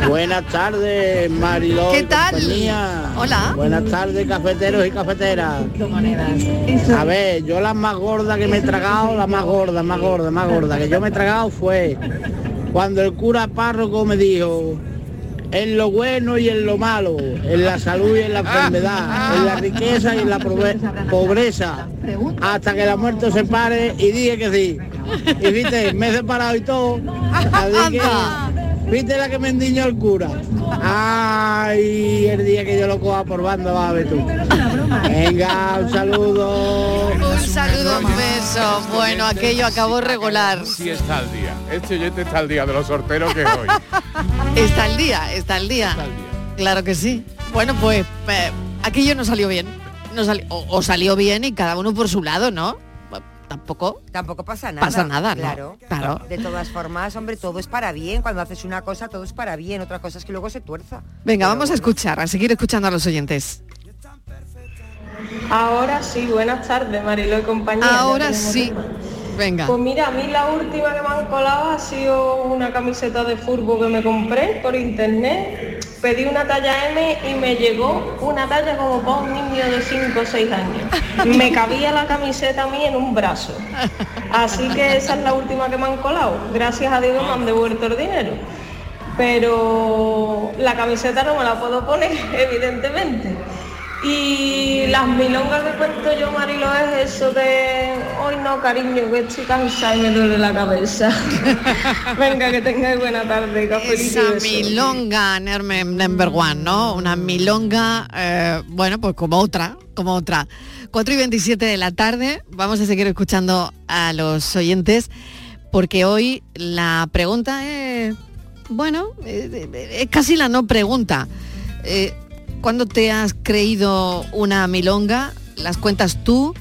Speaker 17: Buenas tardes, Mariló.
Speaker 10: ¿Qué
Speaker 17: y
Speaker 10: tal?
Speaker 17: compañía.
Speaker 10: Hola.
Speaker 17: Buenas tardes, cafeteros y cafeteras. A ver, yo la más gorda que me he tragado, la más gorda, más gorda, más gorda que yo me he tragado fue cuando el cura párroco me dijo, en lo bueno y en lo malo, en la salud y en la enfermedad, en la riqueza y en la prove- pobreza, hasta que la muerte se pare y dije que sí. Y viste, me he separado y todo. Así que, viste la que me endiñó el cura. Ay, el día que yo lo coja por banda, va a ver tú. Venga, un saludo.
Speaker 10: Un saludo, un beso. Bueno, aquello acabó regular.
Speaker 15: Sí está al día. Este oyente está al día de los sorteros que es *laughs* hoy.
Speaker 10: Está el día, está el día. Claro que sí. Bueno, pues eh, aquello no salió bien. No sali- o, o salió bien y cada uno por su lado, ¿no? Bueno, Tampoco.
Speaker 14: Tampoco pasa nada.
Speaker 10: Pasa nada, ¿no?
Speaker 14: claro.
Speaker 10: Claro.
Speaker 14: De todas formas, hombre, todo es para bien. Cuando haces una cosa, todo es para bien. Otra cosa es que luego se tuerza.
Speaker 10: Venga, vamos a escuchar, a seguir escuchando a los oyentes.
Speaker 19: Ahora sí, buenas tardes, Marilo y compañía. Ya
Speaker 10: Ahora
Speaker 19: tenemos
Speaker 10: sí.
Speaker 19: tema.
Speaker 10: Venga.
Speaker 19: Pues mira, a mí la última que me han colado ha sido una camiseta de fútbol que me compré por internet. Pedí una talla M y me llegó una talla como para un niño de 5 o 6
Speaker 10: *laughs*
Speaker 19: años. Me cabía la camiseta a mí en un brazo. Así que esa es la última que me han colado. Gracias a Dios me han devuelto el dinero. Pero la camiseta no me la puedo poner, *laughs* evidentemente. Y las milongas que cuento yo, Marilo, es eso de hoy no, cariño, que estoy cansada y me duele la cabeza. *laughs* Venga, que tengáis buena tarde, cafelito
Speaker 10: Esa
Speaker 19: y besos.
Speaker 10: milonga Nerme- number one, ¿no? Una milonga, eh, bueno, pues como otra, como otra. 4 y 27 de la tarde, vamos a seguir escuchando a los oyentes, porque hoy la pregunta es, bueno, eh, eh, es casi la no pregunta. Eh, ¿Cuándo te has creído una milonga? ¿Las cuentas tú?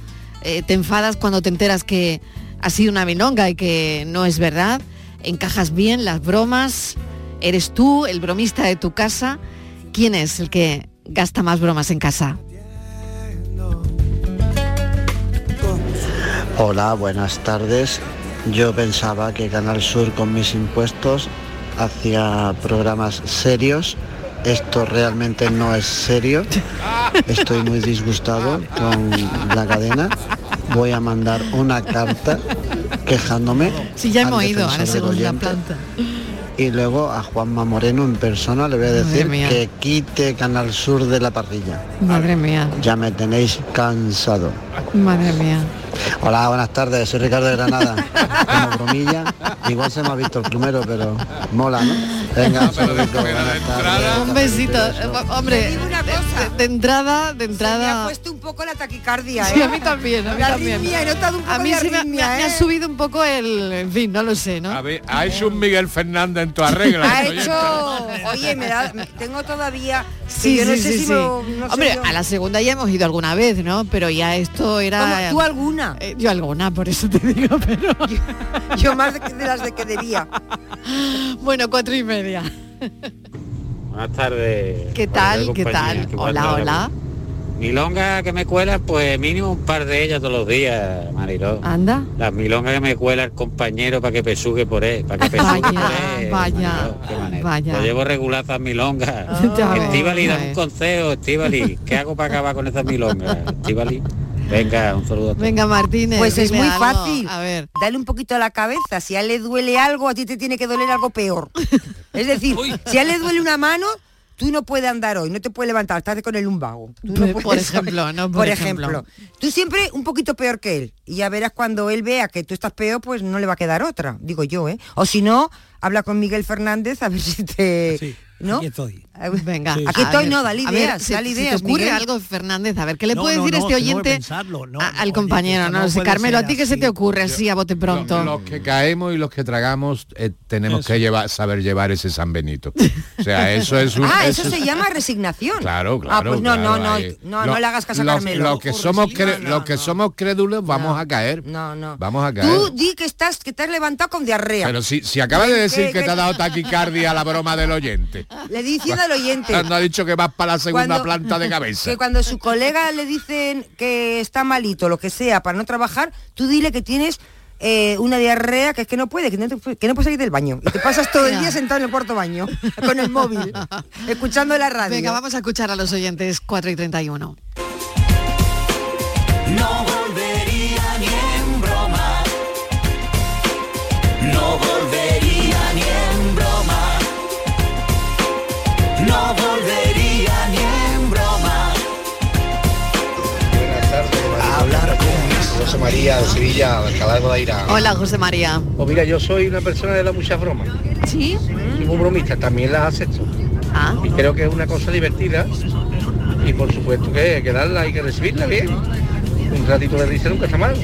Speaker 10: Eh, ¿Te enfadas cuando te enteras que ha sido una milonga y que no es verdad? ¿Encajas bien las bromas? ¿Eres tú el bromista de tu casa? ¿Quién es el que gasta más bromas en casa?
Speaker 20: Hola, buenas tardes. Yo pensaba que Canal Sur con mis impuestos hacía programas serios. Esto realmente no es serio. Estoy muy disgustado con la cadena. Voy a mandar una carta quejándome.
Speaker 10: Si ya
Speaker 20: al
Speaker 10: hemos ido a la
Speaker 20: defensor del
Speaker 10: segunda
Speaker 20: oyente
Speaker 10: planta.
Speaker 20: y luego a Juanma Moreno en persona le voy a decir
Speaker 10: mía.
Speaker 20: que quite Canal Sur de la parrilla.
Speaker 10: Madre mía,
Speaker 20: Ya me tenéis cansado.
Speaker 10: madre mía.
Speaker 20: Hola, buenas tardes, soy Ricardo de Granada. Como bromilla, igual se me ha visto el primero, pero mola, ¿no? Venga, un saludo, buenas tardes.
Speaker 10: Un besito. Eh, Hombre, de, de entrada, de entrada.
Speaker 14: ha puesto un poco la taquicardia, ¿eh? *laughs*
Speaker 10: Sí, a mí también, a mí
Speaker 14: La
Speaker 10: también.
Speaker 14: arritmia, he notado un poco
Speaker 10: a mí
Speaker 14: de
Speaker 10: sí me, me-
Speaker 14: arritmia,
Speaker 10: me ha
Speaker 14: ¿eh?
Speaker 10: subido un poco el, en fin, no lo sé, ¿no?
Speaker 1: A ver, ha hecho un Miguel Fernández en tu arreglo.
Speaker 14: Ha hecho, oye, me da, me- tengo todavía, que
Speaker 10: Sí,
Speaker 14: yo no
Speaker 10: sí,
Speaker 14: sé
Speaker 10: sí,
Speaker 14: si
Speaker 10: sí.
Speaker 14: me- no sé
Speaker 10: Hombre,
Speaker 14: yo.
Speaker 10: a la segunda ya hemos ido alguna vez, ¿no? Pero ya esto era.
Speaker 14: Vamos, ¿tú alguna?
Speaker 10: Eh, yo alguna, por eso te digo, pero.
Speaker 14: Yo, más de, de las *laughs* de que debía.
Speaker 10: bueno, cuatro y media.
Speaker 2: Buenas tardes.
Speaker 10: ¿Qué
Speaker 2: Manuel
Speaker 10: tal? ¿Qué
Speaker 2: compañía,
Speaker 10: tal?
Speaker 2: aquí por
Speaker 10: Hola,
Speaker 2: Málaga.
Speaker 10: hola.
Speaker 2: Milongas que me cuelan, pues mínimo un par de ellas todos los días, Mariló.
Speaker 10: Anda.
Speaker 2: Las milongas que me cuela el compañero para que pesugue por él, para que pesugue por él.
Speaker 10: Vaya, *laughs*
Speaker 2: Lo
Speaker 10: vaya.
Speaker 2: llevo regular esas milongas.
Speaker 10: Ah, Ya ves,
Speaker 2: Estivali,
Speaker 10: ya
Speaker 2: dame un
Speaker 10: ves.
Speaker 2: consejo, Estivali. ¿Qué hago para acabar con esas milongas? Estivali. Venga, un saludo a todos.
Speaker 10: *laughs* Venga, Martínez.
Speaker 14: Pues es
Speaker 10: dile
Speaker 14: muy
Speaker 10: algo.
Speaker 14: fácil.
Speaker 10: A ver.
Speaker 14: Dale un poquito a la cabeza. Si a él le duele algo, a ti te tiene que doler algo
Speaker 10: *laughs*
Speaker 14: peor. Es decir, si a él le duele una mano, tú no puedes andar hoy, no te puedes levantar, estás con el lumbago. Tú no
Speaker 10: Por- por
Speaker 14: puedes- *laughs*
Speaker 10: ejemplo, ¿no? Por
Speaker 14: Por ejemplo.
Speaker 10: ejemplo.
Speaker 14: Tú siempre un poquito peor que él. Y ya verás cuando él vea que tú estás peor, pues no le va a quedar otra, digo yo, ¿eh? O si no, habla con Miguel Fernández a ver si te... ¿No? Aquí estoy.
Speaker 10: Venga,
Speaker 14: Aquí
Speaker 10: a
Speaker 14: estoy,
Speaker 10: ver,
Speaker 14: no, dale
Speaker 10: a ver,
Speaker 14: ideas,
Speaker 10: si-
Speaker 14: dale
Speaker 10: si
Speaker 14: ideas,
Speaker 10: te ocurre
Speaker 14: Miguel.
Speaker 10: algo, Fernández? A ver, ¿qué le
Speaker 14: No,
Speaker 10: puede
Speaker 14: no,
Speaker 10: decir
Speaker 14: no,
Speaker 10: este
Speaker 14: que no voy a
Speaker 10: oyente
Speaker 14: pensarlo, no,
Speaker 10: a- al compañero?
Speaker 16: esto
Speaker 10: No,
Speaker 16: no
Speaker 10: lo sé,
Speaker 16: puede
Speaker 10: Carmelo, ¿a
Speaker 16: ser
Speaker 10: ti qué se te ocurre así a bote pronto?
Speaker 15: Los que caemos y los que tragamos eh, tenemos que llevar, saber llevar ese San Benito.
Speaker 14: *laughs*
Speaker 15: O sea, eso es un...
Speaker 14: Ah, eso
Speaker 15: eso
Speaker 14: se
Speaker 15: es-
Speaker 14: llama resignación.
Speaker 15: Claro, claro.
Speaker 14: Ah, pues no,
Speaker 15: claro,
Speaker 14: no, no,
Speaker 15: ahí.
Speaker 14: no, no
Speaker 15: Los-
Speaker 14: le hagas caso a
Speaker 15: los-
Speaker 14: Carmelo.
Speaker 15: Los que somos, cre- los que somos crédulos vamos a caer.
Speaker 14: No, no.
Speaker 15: Vamos a caer.
Speaker 14: Tú di que estás, que te has levantado con diarrea.
Speaker 15: eh. Pero si, si acabas de
Speaker 14: Que-
Speaker 15: decir que,
Speaker 14: que-
Speaker 15: te ha dado taquicardia a la broma del oyente.
Speaker 14: *laughs* Le di diciendo al
Speaker 15: *laughs*
Speaker 14: oyente.
Speaker 15: Cuando ha dicho que vas para la segunda
Speaker 14: cuando-
Speaker 15: planta de
Speaker 14: *laughs*
Speaker 15: cabeza.
Speaker 14: Que cuando su colega le dicen que está malito, lo que sea, para no trabajar, tú dile que tienes eh, una diarrea que es que no puede, que no, te pu- que no puedes salir del baño. Y te pasas todo el día sentado en el cuarto baño, con el
Speaker 10: *laughs*
Speaker 14: móvil, escuchando la radio.
Speaker 10: Venga, vamos a escuchar a los oyentes 4 y 31.
Speaker 9: No volvería ni en broma. No volvería ni en broma. No volvería ni en broma.
Speaker 21: hablar con José María de Sevilla, de Alcalá de Guadaira.
Speaker 10: Hola, José María.
Speaker 21: Pues mira, yo soy una persona de las muchas bromas.
Speaker 10: Sí.
Speaker 21: Soy muy bromista, también las acepto.
Speaker 10: Ah.
Speaker 21: Y creo que es una cosa divertida. Y por supuesto que, que darla y que recibirla bien. Un ratito de risa nunca está mal.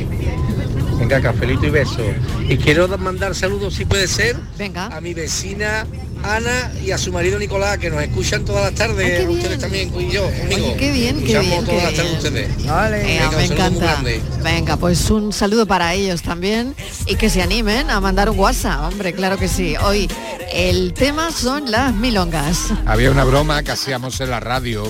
Speaker 21: Venga, cafelito y beso. Y quiero da- mandar saludos, si puede ser, a mi vecina Ana y a su marido Nicolás, que nos escuchan todas las tardes, ustedes también, y yo, conmigo.
Speaker 10: Oye, qué bien, qué
Speaker 21: Escuchamos
Speaker 10: bien,
Speaker 21: todas
Speaker 10: qué
Speaker 21: las tardes ustedes.
Speaker 10: Venga,
Speaker 21: Venga, un
Speaker 10: Eh, me
Speaker 21: saludo muy
Speaker 10: encanta.
Speaker 21: grande.
Speaker 10: Venga, pues un saludo para ellos también y que se animen a mandar un WhatsApp, hombre, claro que sí. Hoy el tema son las milongas.
Speaker 15: Había una broma que hacíamos en la radio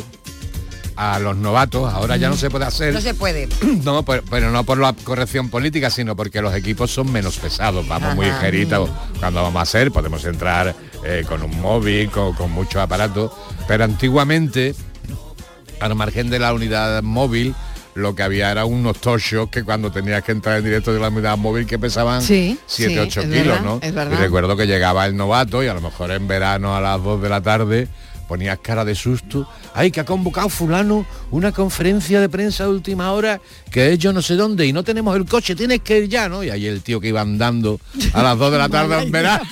Speaker 15: a los novatos, ahora ya no se puede hacer.
Speaker 14: No se puede.
Speaker 15: *clears throat* No, pero, pero no por la corrección política, sino porque los equipos son menos pesados, vamos muy
Speaker 3: Ajá.
Speaker 15: ligeritos. Cuando vamos a hacer, podemos entrar eh, con un móvil, con, con muchos aparatos, pero antiguamente, al margen de la unidad móvil, lo que había era unos tochos que cuando tenías que entrar en directo de la unidad móvil que pesaban
Speaker 10: Sí,
Speaker 15: 7, 8
Speaker 10: sí, es
Speaker 15: kilos,
Speaker 10: verdad,
Speaker 15: ¿no?
Speaker 10: es verdad.
Speaker 15: Y recuerdo que llegaba el novato y a lo mejor en verano a las 2 de la tarde ponías cara de susto. Ay, que ha convocado fulano una conferencia de prensa de última hora que es yo no sé dónde y no tenemos el coche, tienes que ir ya, ¿no? Y ahí el tío que iba andando a las 2
Speaker 10: *laughs*
Speaker 15: de la tarde en verano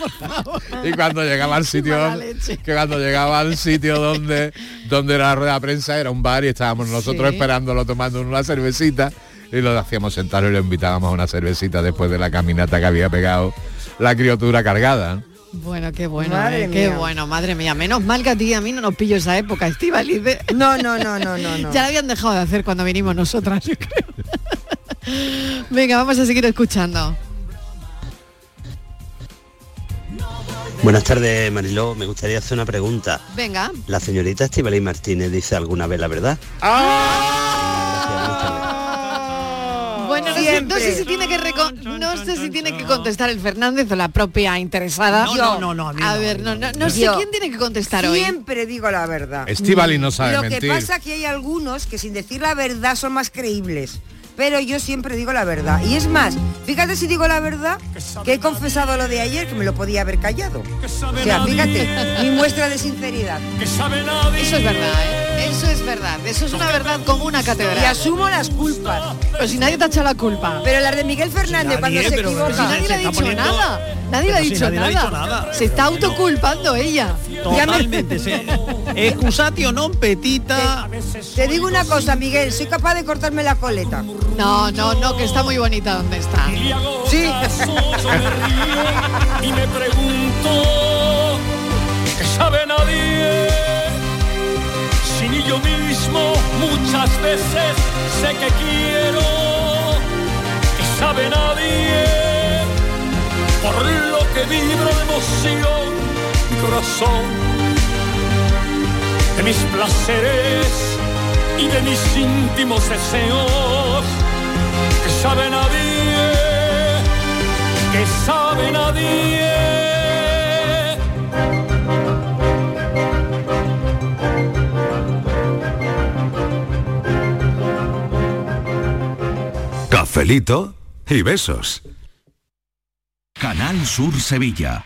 Speaker 15: y cuando llegaba al sitio donde, que cuando llegaba al sitio donde donde era la rueda de prensa era un bar y estábamos nosotros
Speaker 22: Sí.
Speaker 15: esperándolo tomando una cervecita y lo hacíamos sentar y lo invitábamos a una cervecita después de la caminata que había pegado la criatura cargada. ¿no?
Speaker 10: Bueno, qué bueno,
Speaker 14: Madre
Speaker 10: eh, qué
Speaker 14: mía.
Speaker 10: bueno, madre mía. Menos mal que a ti y a mí no nos pillo esa época, Estivaliz. ¿eh?
Speaker 14: No, no, no, no, no, no.
Speaker 10: *laughs* Ya la habían dejado de hacer cuando vinimos nosotras, yo creo. *laughs* Venga, vamos a seguir escuchando.
Speaker 22: Buenas tardes, Mariló. Me gustaría hacer una pregunta.
Speaker 10: Venga.
Speaker 22: La señorita Estibaliz Martínez dice alguna vez la verdad.
Speaker 14: Ah.
Speaker 10: Bueno, no sé, no sé si tiene que reco- no sé si tiene que contestar el Fernández o la propia interesada.
Speaker 16: No, no, no, no, a mí no,
Speaker 10: ver, no, no, no sé
Speaker 14: Yo
Speaker 10: quién tiene que contestar hoy.
Speaker 14: Siempre digo la verdad.
Speaker 15: Estíbaliz no sabe
Speaker 14: Lo
Speaker 15: mentir.
Speaker 14: que pasa es que hay algunos que sin decir la verdad son más creíbles. pero yo siempre digo la verdad. Y es más, fíjate si digo la verdad, que he confesado lo de ayer, que me lo podía haber callado. O sea, fíjate, mi muestra de sinceridad.
Speaker 10: Eso es verdad, ¿eh? Eso es verdad. Eso es una verdad como una catedral.
Speaker 14: Y asumo las culpas.
Speaker 10: Pero si nadie te ha echado la culpa.
Speaker 14: Pero las de Miguel Fernández, cuando se equivoca.
Speaker 10: Si nadie le ha dicho nada. Nadie le ha
Speaker 16: Pero si
Speaker 10: dicho
Speaker 16: nadie le ha dicho
Speaker 10: nada.
Speaker 16: nada.
Speaker 10: Se está autoculpando ella.
Speaker 16: Totalmente. se- Excusatio non petita.
Speaker 14: Te digo una cosa, Miguel, soy capaz de cortarme la coleta.
Speaker 10: No, no, no, que está muy bonita donde está.
Speaker 14: Sí.
Speaker 23: y me pregunto que sabe nadie si ni yo mismo muchas veces sé que quiero que sabe nadie por lo que vibro de emoción mi corazón de mis placeres y de mis íntimos deseos que sabe nadie que sabe nadie.
Speaker 6: Cafelito y besos.
Speaker 24: Canal Sur Sevilla.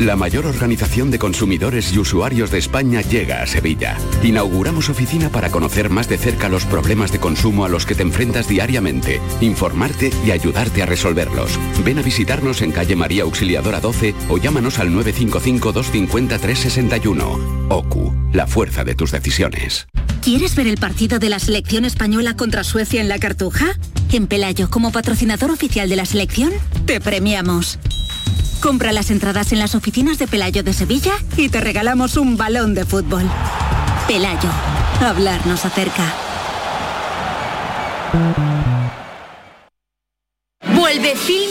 Speaker 25: la mayor organización de consumidores y usuarios de España, llega a Sevilla. Inauguramos oficina para conocer más de cerca los problemas de consumo a los que te enfrentas diariamente, informarte y ayudarte a resolverlos. Ven a visitarnos en calle María Auxiliadora 12 o llámanos al 955-250-361. OCU, la fuerza de tus decisiones.
Speaker 26: ¿Quieres ver el partido de la selección española contra Suecia en la Cartuja? En Pelayo, como patrocinador oficial de la selección, te premiamos. Compra las entradas en las oficinas de Pelayo de Sevilla y te regalamos un balón de fútbol. Pelayo, hablarnos acerca.
Speaker 3: Vuelve Film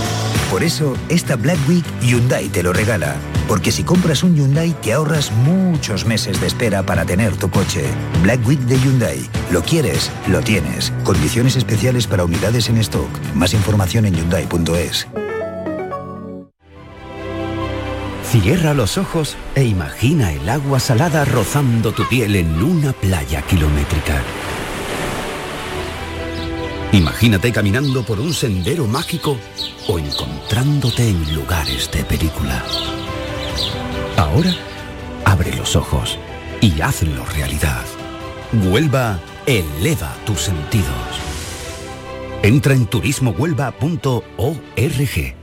Speaker 27: Por eso, esta Black Week Hyundai te lo regala. Porque si compras un Hyundai te ahorras muchos meses de espera para tener tu coche. Black Week de Hyundai. Lo quieres, lo tienes. Condiciones especiales para unidades en stock. Más información en hyundai.es.
Speaker 28: Cierra los ojos e imagina el agua salada rozando tu piel en una playa kilométrica. Imagínate caminando por un sendero mágico o encontrándote en lugares de película. Ahora, abre los ojos y hazlo realidad. Huelva eleva tus sentidos. Entra en turismohuelva.org.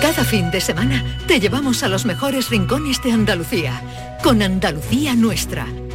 Speaker 4: Cada fin de semana te llevamos a los mejores rincones de Andalucía, con Andalucía Nuestra.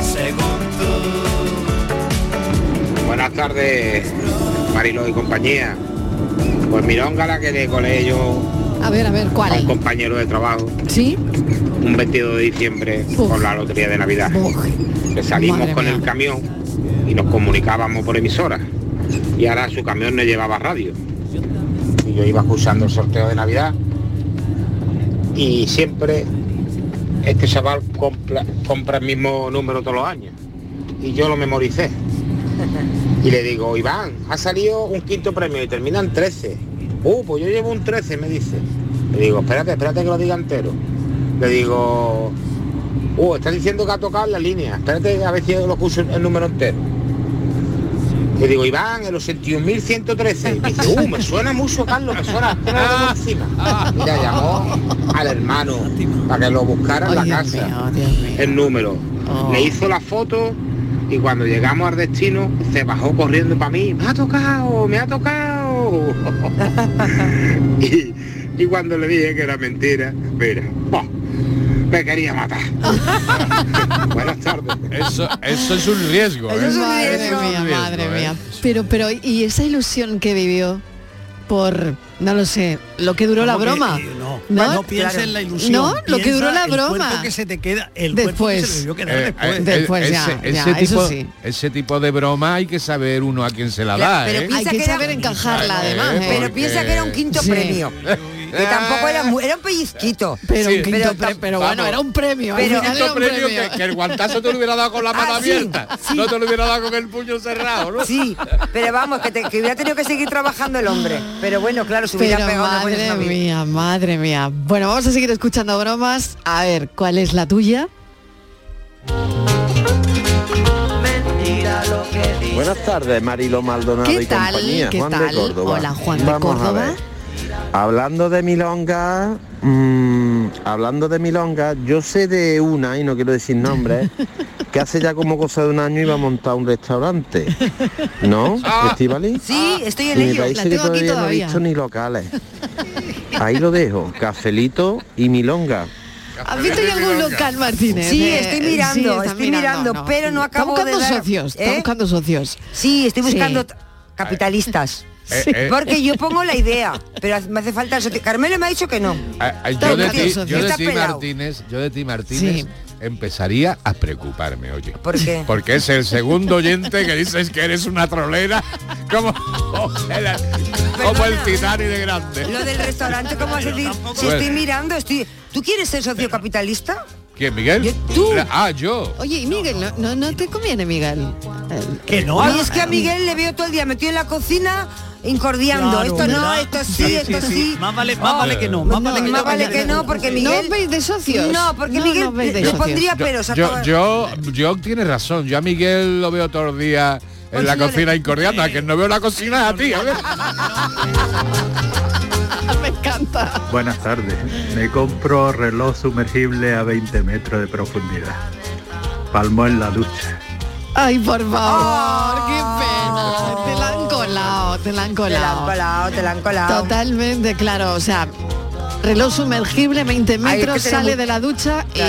Speaker 23: Según tú.
Speaker 2: Buenas tardes. Mariló y compañía. Pues mironga la que le colé yo
Speaker 10: A ver, a ver, ¿cuál
Speaker 2: a un
Speaker 10: es?
Speaker 2: compañero de trabajo.
Speaker 10: ¿Sí?
Speaker 2: Un 22 de diciembre
Speaker 10: Uf.
Speaker 2: con la lotería de Navidad. Que salimos
Speaker 10: Madre
Speaker 2: con el camión y nos comunicábamos por emisoras. Y ahora su camión no llevaba radio. Y yo iba escuchando el sorteo de Navidad. Y siempre este chaval compra, compra el mismo número todos los años. Y yo lo memoricé. Y le digo, Iván, ha salido un quinto premio y termina en 13. Uh, pues yo llevo un 13, me dice. Le digo, espérate, espérate que lo diga entero. Le digo, uh, está diciendo que ha tocado en la línea. Espérate a ver si lo escucho el número entero. Le digo, Iván, el 81.113. Y dice, uh, me suena mucho, Carlos, me suena. espera, lo
Speaker 17: Ah,
Speaker 2: tengo
Speaker 15: *laughs* ah.
Speaker 2: encima. Mira, llamó al hermano para que lo buscara en la casa. El número. Le hizo la foto y cuando llegamos al destino se bajó corriendo para mí. Me ha tocado, me ha tocado. *laughs* y, y cuando le dije que era mentira, mira, ¡buah! me quería matar. Buenas tardes.
Speaker 9: Eso, eso es un riesgo, ¿eh?
Speaker 10: Madre
Speaker 9: Eso es un
Speaker 10: mía,
Speaker 9: riesgo,
Speaker 10: madre
Speaker 9: ¿eh?
Speaker 10: mía. Pero, pero, ¿y esa ilusión que vivió por, no lo sé, lo que duró la
Speaker 16: Como que,
Speaker 10: broma?
Speaker 16: eh, no, no, pienses en la ilusión.
Speaker 10: No, lo que
Speaker 16: piensa
Speaker 10: duró la
Speaker 16: el cuerpo
Speaker 10: broma.
Speaker 16: que se te queda, el cuerpo que se te
Speaker 10: después.
Speaker 16: debió quedar
Speaker 9: Eh,
Speaker 16: después.
Speaker 9: eh,
Speaker 10: Después,
Speaker 9: ese,
Speaker 10: ya,
Speaker 9: ese
Speaker 10: ya,
Speaker 9: tipo,
Speaker 10: eso sí.
Speaker 15: ese tipo de broma hay que saber uno a quién se la da, ¿eh?
Speaker 10: Hay que, saber encajarla,
Speaker 15: Eh,
Speaker 10: además. ¿eh?
Speaker 15: porque-
Speaker 14: Pero piensa que era un quinto
Speaker 10: Sí. *laughs*
Speaker 14: premio. Que tampoco era, mu- era un pellizquito.
Speaker 10: Pero un quinto
Speaker 14: tam-
Speaker 10: pre- pero bueno, era un premio, al
Speaker 14: Pero,
Speaker 10: final era un
Speaker 14: premio
Speaker 10: premio.
Speaker 9: Que, que el guantazo te lo hubiera dado con la
Speaker 14: *laughs*
Speaker 9: mano
Speaker 14: Ah, sí,
Speaker 9: abierta. No te lo hubiera dado con el puño cerrado, ¿no?
Speaker 14: Sí, pero vamos, que, te- que hubiera tenido que seguir trabajando el hombre. Pero bueno, claro, se hubiera
Speaker 10: Pero
Speaker 14: pegado una buena
Speaker 10: madre
Speaker 14: familia.
Speaker 10: mía, madre mía. Bueno, vamos a seguir escuchando bromas. A ver, ¿cuál es la tuya?
Speaker 29: Buenas tardes, Marilo Maldonado
Speaker 10: ¿Qué
Speaker 29: y
Speaker 10: tal?
Speaker 29: compañía.
Speaker 10: ¿Qué
Speaker 29: Juan
Speaker 10: tal?
Speaker 29: de Córdoba.
Speaker 10: Hola, Juan de
Speaker 29: Vamos
Speaker 10: Córdoba.
Speaker 29: A ver. Hablando de milonga, mm, hablando de milonga, yo sé de una, y no quiero decir nombres, que hace ya como cosa de un año iba a montar un restaurante. ¿No? ¿Estivali?
Speaker 14: Sí, estoy en
Speaker 29: Y me
Speaker 14: ello. La
Speaker 29: parece que
Speaker 14: tengo aquí
Speaker 29: todavía no he
Speaker 14: todavía.
Speaker 29: visto ni locales. Ahí lo dejo, cafelito y milonga.
Speaker 10: ¿Has visto ya algún local, Martínez?
Speaker 14: Sí,
Speaker 10: Eh,
Speaker 14: estoy
Speaker 10: sí,
Speaker 14: mirando,
Speaker 10: estás
Speaker 14: estoy mirando,
Speaker 10: no.
Speaker 14: pero no acabo
Speaker 10: está buscando
Speaker 14: de dar-
Speaker 10: socios, está
Speaker 14: ¿Eh?
Speaker 10: buscando socios.
Speaker 14: Sí, estoy
Speaker 10: Sí.
Speaker 14: buscando t- capitalistas.
Speaker 9: Eh, eh.
Speaker 14: Porque yo pongo la idea, pero ha- me hace falta el socio. Carmelo me ha dicho que no.
Speaker 15: Ah, ah,
Speaker 14: Está
Speaker 15: Yo de ti,
Speaker 14: gracioso,
Speaker 15: yo de
Speaker 14: está
Speaker 15: ti,
Speaker 14: pelao.
Speaker 15: Martínez, yo de ti Martínez
Speaker 14: Sí.
Speaker 15: empezaría a preocuparme, oye.
Speaker 14: ¿Por qué?
Speaker 15: Porque es el segundo oyente que dices que eres una trolera como, como el Titanic de grande.
Speaker 14: Lo del restaurante, ¿cómo vas a decir? Si estoy
Speaker 15: Bueno.
Speaker 14: mirando, estoy. ¿Tú quieres ser socio capitalista?
Speaker 15: ¿Quién, Miguel?
Speaker 14: Tú.
Speaker 15: Ah, yo.
Speaker 10: Oye, y Miguel, no, no, no te conviene, Miguel.
Speaker 16: Que
Speaker 14: Y es que a Miguel le veo todo el día metido en la cocina incordiando.
Speaker 16: Claro,
Speaker 14: esto no,
Speaker 16: ¿verdad?
Speaker 14: esto sí, esto sí.
Speaker 16: Más vale, más vale que no. Más vale que
Speaker 14: Más
Speaker 16: no.
Speaker 14: vale que no, porque Miguel.
Speaker 10: ¿No veis de socios?
Speaker 14: No, porque
Speaker 10: No,
Speaker 14: Miguel
Speaker 10: no veis de
Speaker 14: le
Speaker 10: socios.
Speaker 14: pondría
Speaker 15: Yo-
Speaker 14: peros a
Speaker 15: yo, *laughs*
Speaker 14: todo.
Speaker 15: yo, yo tiene razón. Yo a Miguel lo veo todos los días
Speaker 14: Pues
Speaker 15: en la cocina incordiando. A quien no veo la cocina es a ti, a ver.
Speaker 10: Me encanta.
Speaker 30: Buenas tardes. Me compro reloj sumergible a 20 metros de profundidad. Palmo en la ducha.
Speaker 10: Ay, por favor, qué pena. Te la han colado, te la han
Speaker 14: Ah.
Speaker 10: colado.
Speaker 14: la han colado, te la han colado.
Speaker 10: Totalmente, claro. O sea, reloj sumergible, 20
Speaker 14: Ay, es que
Speaker 10: metros,
Speaker 14: tenemos-
Speaker 10: sale de la ducha y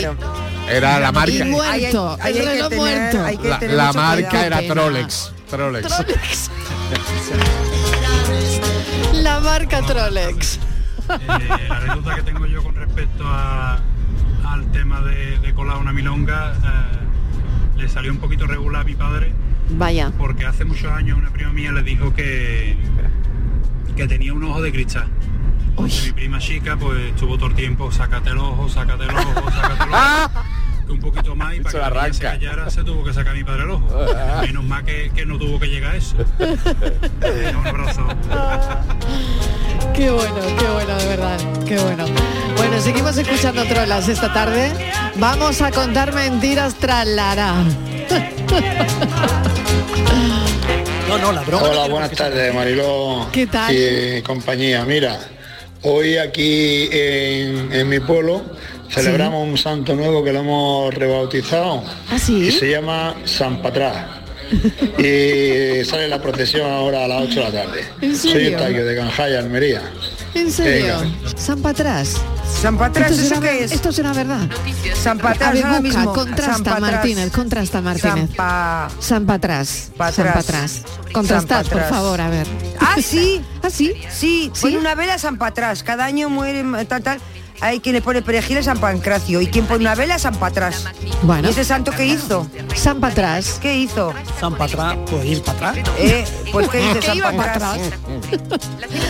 Speaker 15: Era la marca.
Speaker 10: Y muerto,
Speaker 14: Ahí hay- ahí
Speaker 10: el
Speaker 14: hay que
Speaker 10: reloj
Speaker 14: tener-
Speaker 10: muerto.
Speaker 14: hay que
Speaker 15: La,
Speaker 14: tener
Speaker 15: la
Speaker 14: mucho
Speaker 15: marca
Speaker 14: cuidado.
Speaker 15: era
Speaker 14: Qué pena.
Speaker 15: Trolex. Trolex.
Speaker 10: Trolex. La marca Trolex. *laughs*
Speaker 31: Eh, la anécdota que tengo yo con respecto a- al tema de, de colar una milonga eh, le salió un poquito regular a mi padre
Speaker 10: Vaya.
Speaker 31: porque hace muchos años una prima mía le dijo que, que tenía un ojo de cristal. Entonces Mi prima chica pues estuvo todo el tiempo, sácate el ojo, sácate el ojo, sácate el ojo. Que un poquito más y para que la Ah. niña se callara se tuvo que sacar mi padre el ojo. Menos mal que, que no tuvo que llegar a eso. Venga, un abrazo.
Speaker 10: Qué bueno, qué bueno, de verdad, qué bueno. Bueno, seguimos escuchando trolas esta tarde. Vamos a contar mentiras tralara.
Speaker 11: Hola, buenas tardes, Mariló.
Speaker 10: ¿Qué tal?
Speaker 11: Y eh, compañía, mira, hoy aquí en, en mi pueblo celebramos un santo nuevo que lo hemos rebautizado.
Speaker 10: ¿Ah,
Speaker 11: Y se llama San Patrás. y sale la procesión ahora a las 8 de la tarde.
Speaker 10: ¿En
Speaker 11: Soy
Speaker 10: serio?
Speaker 11: Eustaquio de Canjaya, Almería.
Speaker 10: *laughs* ¿En serio?
Speaker 14: Venga.
Speaker 10: San Patrás.
Speaker 14: San Patrás,
Speaker 10: Esto
Speaker 14: ¿eso
Speaker 10: será-
Speaker 14: qué es?
Speaker 10: Esto será verdad.
Speaker 14: San
Speaker 10: A
Speaker 14: Patrás,
Speaker 10: ver,
Speaker 14: ahora
Speaker 10: busca,
Speaker 14: mismo. San
Speaker 10: Contrasta
Speaker 14: Patrás.
Speaker 10: Martínez, contrasta Martínez.
Speaker 14: San Pa-
Speaker 10: San Patrás. San Patrás. Contrastad,
Speaker 14: San
Speaker 10: por
Speaker 14: Patrás.
Speaker 10: favor, a ver.
Speaker 14: Ah, sí.
Speaker 10: *laughs* ah, sí.
Speaker 14: Sí, pone una vela a San Patrás. Cada año muere mm, tal, tal. Hay quien le pone perejil a San Pancracio y quien pone una vela a San Patrás.
Speaker 10: Bueno.
Speaker 14: ¿Y ese santo qué hizo?
Speaker 10: San Patrás.
Speaker 14: ¿Qué hizo?
Speaker 16: San Patrás, pues ir para atrás.
Speaker 14: Eh, pues qué dice San
Speaker 10: iba para
Speaker 14: Patrás.
Speaker 16: Mm,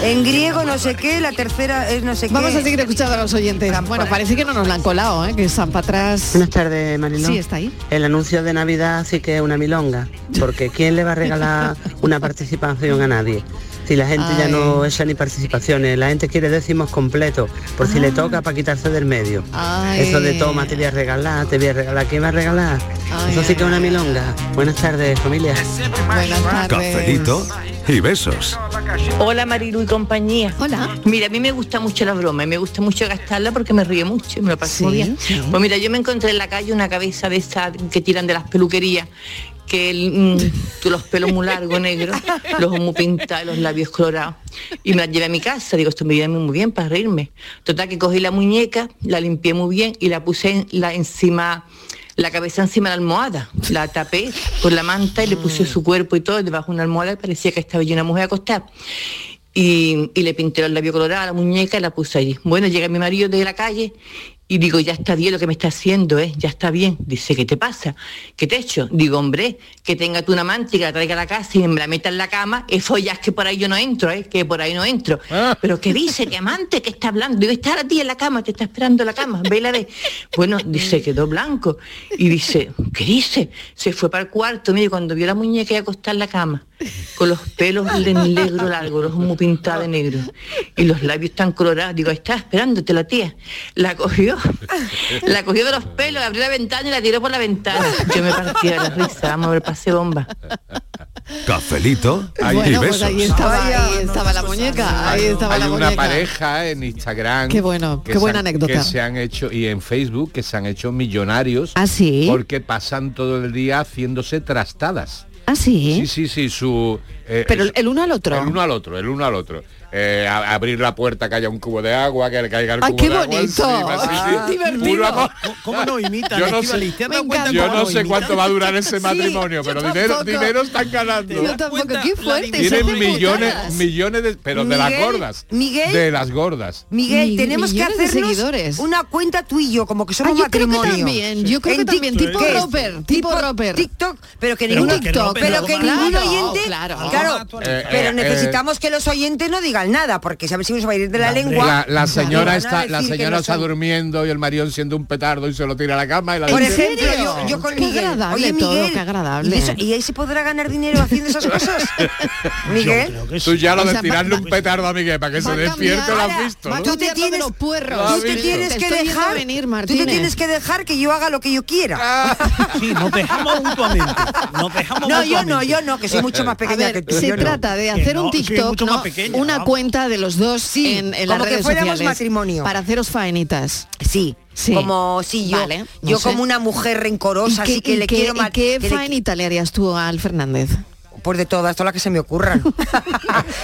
Speaker 14: En griego no sé qué, la tercera es no sé qué.
Speaker 10: Vamos a seguir escuchando a los oyentes. Bueno, parece que no nos la han colado, ¿eh? que San Patrás...
Speaker 32: Buenas tardes, Eh, Mariló.
Speaker 10: Sí, está ahí.
Speaker 32: El anuncio de Navidad sí que es una milonga, porque ¿quién le va
Speaker 10: *laughs*
Speaker 32: a regalar una participación a nadie? Si la gente ya no echa ni participaciones, la gente quiere décimos completos, por si le toca para quitarse del medio.
Speaker 10: Ah. Ay.
Speaker 32: Eso de toma, te voy a regalar, te voy a regalar, ¿quién va a regalar? Eso sí que es una milonga. Buenas tardes, familia.
Speaker 10: Buenas
Speaker 6: Cafelito y besos.
Speaker 12: Hola Marilu y compañía.
Speaker 10: Hola.
Speaker 12: Mira, a mí me gusta mucho la broma y me gusta mucho gastarla porque me río mucho y me lo paso muy bien. Pues mira, yo me encontré en la calle una cabeza de estas que tiran de las peluquerías que el, mm, tú los pelos muy largos, negros, los ojos muy pintados, los labios colorados. Y me la llevé a mi casa, digo, esto me viene muy bien para reírme. Total, que cogí la muñeca, la limpié muy bien y la puse en, la encima la cabeza encima de la almohada, la tapé con la manta y le puse su cuerpo y todo debajo de una almohada y parecía que estaba yo una mujer acostada. Y, y le pinté el labio colorado a la muñeca y la puse allí. Bueno, llega mi marido de la calle y digo, ya está bien lo que me está haciendo, ¿eh? ya está bien. Dice, ¿qué te pasa? ¿Qué te he hecho? Digo, hombre, que tenga tú una amante y que la traiga a la casa y me la meta en la cama, eso ya es que por ahí yo no entro, ¿eh? que por ahí no entro. Pero ¿qué dice? ¿Qué amante? ¿Qué está hablando? Digo, está a ti en la cama, te está esperando la cama, ve y la ve. Bueno, dice, quedó blanco. Y dice, ¿qué dice? Se fue para el cuarto, mire, cuando vio la muñeca y acostar en la cama, con los pelos de negro largo, los ojos muy pintados de negro, y los labios tan colorados, digo, está esperándote la tía. La cogió, la cogió de los pelos, abrió la ventana y la tiró por la ventana. Yo me partí de la risa, vamos a ver, pasé bomba.
Speaker 6: Cafelito y
Speaker 10: Bueno, pues
Speaker 6: besos.
Speaker 10: ahí estaba, ahí estaba la muñeca, ahí estaba
Speaker 15: Hay
Speaker 10: la
Speaker 15: una
Speaker 10: muñeca.
Speaker 15: pareja en Instagram.
Speaker 10: Qué bueno,
Speaker 15: que
Speaker 10: qué
Speaker 15: se
Speaker 10: buena
Speaker 15: han-
Speaker 10: anécdota.
Speaker 15: Que se han hecho, y en Facebook, que se han hecho millonarios.
Speaker 10: ¿Ah, sí?
Speaker 15: Porque pasan todo el día haciéndose trastadas.
Speaker 10: Ah, sí.
Speaker 15: Sí, sí, sí, su... eh,
Speaker 10: Pero
Speaker 15: su-
Speaker 10: el uno al otro.
Speaker 15: El uno al otro, el uno al otro. Eh, a- abrir la puerta, que haya un cubo de agua, que le caiga el
Speaker 10: ¡Ay,
Speaker 15: cubo
Speaker 10: qué
Speaker 15: de agua
Speaker 10: bonito!
Speaker 15: encima, sí,
Speaker 10: Ah, *laughs*
Speaker 15: sí.
Speaker 10: divertido.
Speaker 15: Uno a-
Speaker 16: ¿Cómo no imitan?
Speaker 15: Yo no sé,
Speaker 16: Estíbaliz? ¿Te has dado
Speaker 15: yo
Speaker 16: cuenta
Speaker 15: no
Speaker 16: cómo lo
Speaker 15: sé
Speaker 16: imitan?
Speaker 15: cuánto va a durar ese
Speaker 16: Sí, yo
Speaker 15: matrimonio, pero dinero,
Speaker 16: tampoco.
Speaker 15: dinero están ganando.
Speaker 10: Yo tampoco, qué fuerte.
Speaker 15: Tienen
Speaker 10: son
Speaker 15: millones,
Speaker 10: putadas.
Speaker 15: millones de... Pero de las
Speaker 14: Miguel,
Speaker 15: gordas.
Speaker 14: Miguel.
Speaker 15: De las gordas.
Speaker 14: Miguel,
Speaker 10: Mi-
Speaker 14: tenemos que
Speaker 10: millones de
Speaker 14: hacernos una cuenta tú y yo, como que somos
Speaker 10: Ah, yo creo que
Speaker 14: matrimonio.
Speaker 10: también, yo creo que
Speaker 14: En
Speaker 10: también,
Speaker 14: TikTok.
Speaker 10: tipo
Speaker 14: ¿Qué es?
Speaker 10: Roper, tipo Roper.
Speaker 14: TikTok, pero que
Speaker 10: Pero
Speaker 14: ningún
Speaker 10: que no, pero
Speaker 14: pero que
Speaker 10: claro, Oh,
Speaker 14: ningún oyente,
Speaker 10: claro.
Speaker 14: claro,
Speaker 15: Eh,
Speaker 14: pero
Speaker 15: eh,
Speaker 14: necesitamos que los oyentes no digan nada, porque sabes si nos va a ir de la lengua.
Speaker 15: La, la señora
Speaker 14: Nos van a
Speaker 15: está, la
Speaker 14: decir que
Speaker 15: señora
Speaker 14: no
Speaker 15: está
Speaker 14: son-
Speaker 15: durmiendo y el marido siendo un petardo y se lo tira a la cama y la
Speaker 14: Por
Speaker 15: dice-
Speaker 14: ejemplo, yo, yo con
Speaker 10: Qué
Speaker 14: Miguel.
Speaker 10: agradable
Speaker 14: Oye,
Speaker 10: todo,
Speaker 14: Miguel,
Speaker 10: qué agradable.
Speaker 14: ¿y, eso- y ahí se podrá ganar dinero haciendo
Speaker 15: *laughs*
Speaker 14: esas cosas? Miguel.
Speaker 15: Tú ya lo
Speaker 10: O
Speaker 15: de
Speaker 10: sea,
Speaker 15: tirarle un petardo a Miguel para que se despierte lo has visto. ¿no?
Speaker 14: Tú te tienes,
Speaker 10: puerros.
Speaker 14: tú te
Speaker 10: Lo has
Speaker 14: tienes
Speaker 10: visto.
Speaker 14: que
Speaker 10: Ah, Te estoy viendo
Speaker 14: dejar,
Speaker 10: venir,
Speaker 14: tú te
Speaker 10: Martínez.
Speaker 14: tienes que dejar que yo haga lo que yo quiera.
Speaker 16: Sí, nos
Speaker 14: *laughs*
Speaker 16: dejamos mutuamente. Nos dejamos
Speaker 14: No, yo no,
Speaker 16: mutuamente.
Speaker 14: yo no, que soy mucho más pequeña
Speaker 10: A ver,
Speaker 14: que tú.
Speaker 10: se
Speaker 14: yo no.
Speaker 10: trata de hacer un TikTok, ¿no? una cuenta de los dos en, en las
Speaker 14: como que
Speaker 10: redes
Speaker 14: fuéramos
Speaker 10: sociales
Speaker 14: matrimonio.
Speaker 10: para haceros faenitas.
Speaker 14: Sí, Como si yo,
Speaker 10: Vale, no
Speaker 14: yo
Speaker 10: sé.
Speaker 14: como una mujer rencorosa,
Speaker 10: ¿Y qué-
Speaker 14: así que
Speaker 10: y
Speaker 14: le
Speaker 10: qué-
Speaker 14: quiero
Speaker 10: y
Speaker 14: mal-
Speaker 10: qué
Speaker 14: que le-
Speaker 10: faenita le harías tú al Fernández?
Speaker 14: Pues de todas, todas las que se me ocurran.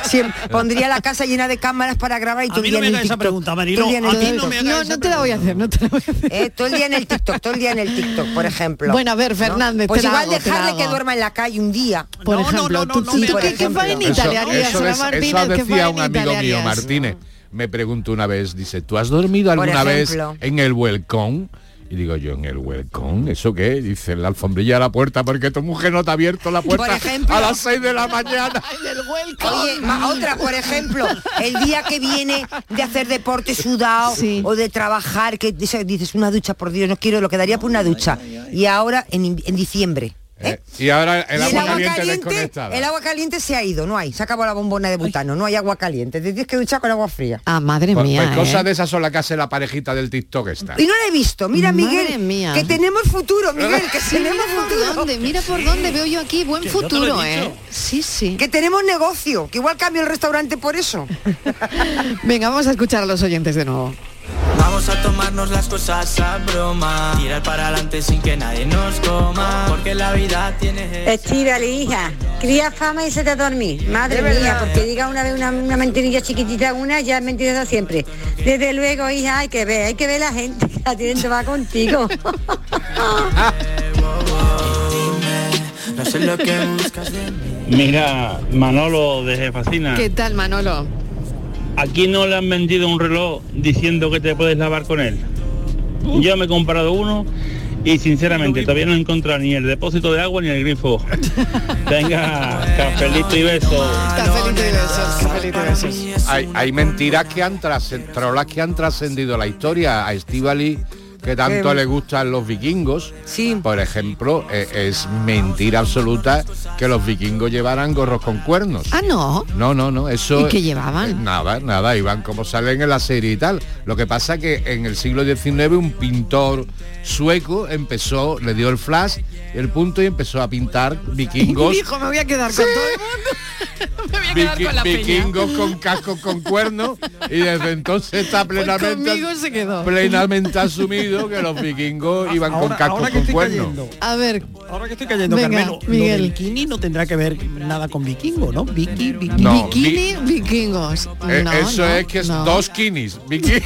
Speaker 14: Siem- pondría la casa llena de cámaras para grabar y todo el día
Speaker 16: no me
Speaker 14: en el
Speaker 16: hagas esa
Speaker 14: TikTok.
Speaker 16: pregunta,
Speaker 14: Todo el
Speaker 16: Mariló,
Speaker 14: día en
Speaker 16: a
Speaker 14: el
Speaker 16: mí no
Speaker 14: TikTok.
Speaker 16: me
Speaker 10: No, no te la voy a hacer, no te la voy a hacer.
Speaker 14: Eh, todo el día en el TikTok, todo el día en el TikTok, por ejemplo.
Speaker 10: Bueno, a ver, Fernández,
Speaker 14: Pues
Speaker 10: te la
Speaker 14: igual
Speaker 10: hago, te la
Speaker 14: dejarle que
Speaker 10: hago.
Speaker 14: duerma en la calle un día.
Speaker 10: Por ejemplo, tú- tú- ¿qué- qué faenita
Speaker 15: Eso,
Speaker 10: le harías
Speaker 15: eso
Speaker 10: a
Speaker 15: des-
Speaker 10: Martínez?
Speaker 15: eso
Speaker 10: ¿Qué
Speaker 15: decía un
Speaker 10: faenita le
Speaker 15: amigo mío,
Speaker 10: harías?
Speaker 15: Martínez. Me preguntó una vez, dice, ¿tú has dormido
Speaker 10: Por
Speaker 15: alguna vez
Speaker 10: ejemplo.
Speaker 15: en el welcome? Y digo yo, ¿en el welcome? ¿Eso qué? Dice, en la alfombrilla de la puerta, porque tu mujer no te ha abierto la puerta
Speaker 14: ejemplo.
Speaker 15: a las 6 de la mañana.
Speaker 14: Oye, ma- otra, por ejemplo,
Speaker 9: *laughs*
Speaker 14: el día que viene de hacer deporte sudado o de trabajar, que dice- dices una ducha, por Dios, no quiero, lo que daría por una ducha. Y ahora en, in- en diciembre.
Speaker 15: Y ahora el
Speaker 14: Y
Speaker 15: agua, caliente, desconectada.
Speaker 14: el agua caliente se ha ido, no hay. Se acabó la bombona de butano, no hay agua caliente. Te tienes que duchar con agua fría.
Speaker 10: Ah, madre
Speaker 15: Pues-
Speaker 10: mía.
Speaker 15: pues cosas
Speaker 10: ¿eh?
Speaker 15: de esas son las que hace la parejita del TikTok esta.
Speaker 14: Y no la he visto. Mira,
Speaker 10: Madre
Speaker 14: Miguel,
Speaker 10: mía.
Speaker 14: que tenemos futuro, Miguel, que
Speaker 10: Sí, mira
Speaker 14: tenemos
Speaker 10: por
Speaker 14: futuro.
Speaker 10: dónde, mira por dónde veo yo aquí buen
Speaker 14: Que yo te lo he
Speaker 10: futuro,
Speaker 14: dicho.
Speaker 10: ¿eh? Sí, sí.
Speaker 14: Que tenemos negocio, que igual cambio el restaurante por eso.
Speaker 10: Venga, vamos a escuchar a los oyentes de nuevo.
Speaker 17: Vamos a tomarnos las cosas a broma. Tirar para adelante sin que nadie nos coma. Porque la vida tiene.
Speaker 33: Estíbali, hija,
Speaker 3: Cría fama y se te dormir. Madre
Speaker 34: De
Speaker 3: mía,
Speaker 34: verdad.
Speaker 3: porque diga una vez una, una mentirilla chiquitita una, ya es mentirosa siempre. Desde luego, hija, hay que ver, hay que ver la gente que la tienen va contigo.
Speaker 9: No sé lo que buscas de
Speaker 25: Mira, Manolo de Jefacina,
Speaker 10: ¿Qué tal, Manolo?
Speaker 25: aquí no le han vendido un reloj diciendo que te puedes lavar con él. Yo me he comprado uno y sinceramente todavía no he encontrado ni el depósito de agua ni el grifo. Venga, cafelito y beso.
Speaker 15: Hay, hay mentiras que han trascendido, trolas que han trascendido la historia. A Estivali, que tanto
Speaker 10: Em.
Speaker 34: Eh,
Speaker 15: le gustan los vikingos, por ejemplo, e- es mentira absoluta que los vikingos llevaran gorros con cuernos.
Speaker 10: Ah, no.
Speaker 15: No, no, no, eso...
Speaker 10: ¿Y qué llevaban?
Speaker 15: eh, nada, nada, iban como salen en la serie y tal. Lo que pasa que en el siglo XIX un pintor sueco empezó, le dio el flash, el punto y empezó
Speaker 10: *laughs*
Speaker 15: a pintar vikingos.
Speaker 10: Hijo, me voy a quedar con todo el mundo. me voy a quedar
Speaker 15: Viking-
Speaker 10: con la peña.
Speaker 15: vikingos con cascos con cuernos y desde entonces está plenamente,
Speaker 10: Pues Conmigo se quedó.
Speaker 15: plenamente asumido que los vikingos iban con cascos con cuernos.
Speaker 10: A ver.
Speaker 16: Ahora que estoy cayendo,
Speaker 10: Venga,
Speaker 16: Carmelo, lo de
Speaker 10: Miguel.
Speaker 16: bikini no tendrá que ver nada con vikingo, ¿no? Vicky, vikingo.
Speaker 15: No,
Speaker 10: Bikini, vikingos.
Speaker 15: Eh,
Speaker 10: No,
Speaker 15: eso
Speaker 10: no,
Speaker 15: es que es
Speaker 10: no.
Speaker 15: dos kinis.
Speaker 10: *laughs*
Speaker 15: Viking-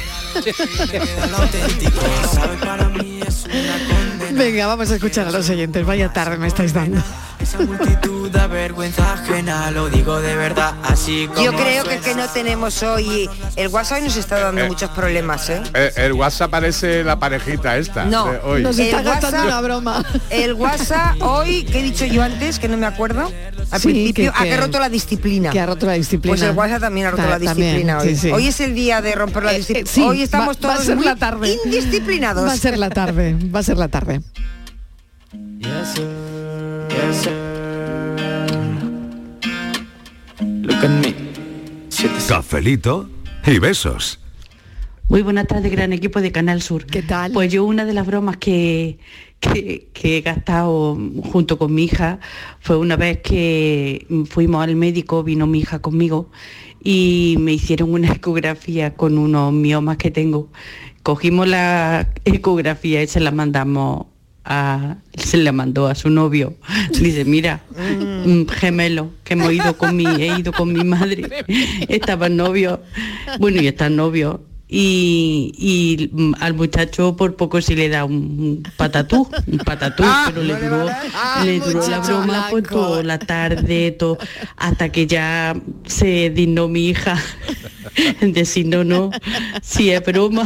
Speaker 10: *laughs* Venga, vamos a escuchar a los oyentes. Vaya tarde me estáis dando.
Speaker 9: esa multitud da vergüenza ajena, lo digo de verdad, así como
Speaker 34: Yo creo que es que no tenemos hoy... El WhatsApp nos está dando
Speaker 15: Eh.
Speaker 34: muchos problemas, ¿eh?
Speaker 15: Eh, el WhatsApp parece la parejita esta.
Speaker 34: No,
Speaker 15: de hoy.
Speaker 34: el WhatsApp- El WhatsApp hoy, que he dicho yo antes, que no me acuerdo, al
Speaker 10: Sí,
Speaker 34: principio,
Speaker 10: que-
Speaker 34: ah, que
Speaker 10: que-
Speaker 34: ha roto la disciplina.
Speaker 10: que ha roto la disciplina.
Speaker 34: Pues el WhatsApp también ha roto
Speaker 10: Ta-
Speaker 34: la
Speaker 10: también,
Speaker 34: disciplina hoy.
Speaker 10: sí, sí.
Speaker 34: Hoy es el día de romper la disciplina.
Speaker 10: sí,
Speaker 34: hoy estamos
Speaker 10: va- va a
Speaker 34: todos
Speaker 10: ser
Speaker 34: muy
Speaker 10: la tarde.
Speaker 34: indisciplinados.
Speaker 10: Va a ser la tarde, va a ser la tarde.
Speaker 9: Yes, sir. Yes, sir. Look at me.
Speaker 6: Cafelito y besos.
Speaker 35: Muy buenas tardes, gran equipo de Canal Sur.
Speaker 10: ¿Qué tal?
Speaker 35: Pues yo una de las bromas que, que- que he gastado junto con mi hija fue una vez que fuimos al médico, vino mi hija conmigo y me hicieron una *laughs* ecografía con unos miomas que tengo. Cogimos la ecografía y se la mandamos a, se la mandó a su novio. *laughs* Dice, mira, mm, gemelo, que hemos ido con mi, he ido con mi madre. Estaban novios, bueno, y están novios. Y, y, mm, al muchacho por poco si le da un, un patatú, un patatú, pero le duró, le duró la muchacho broma pues, toda la tarde, todo, hasta que ya se dignó mi hija *laughs* en decir no, no, si es broma.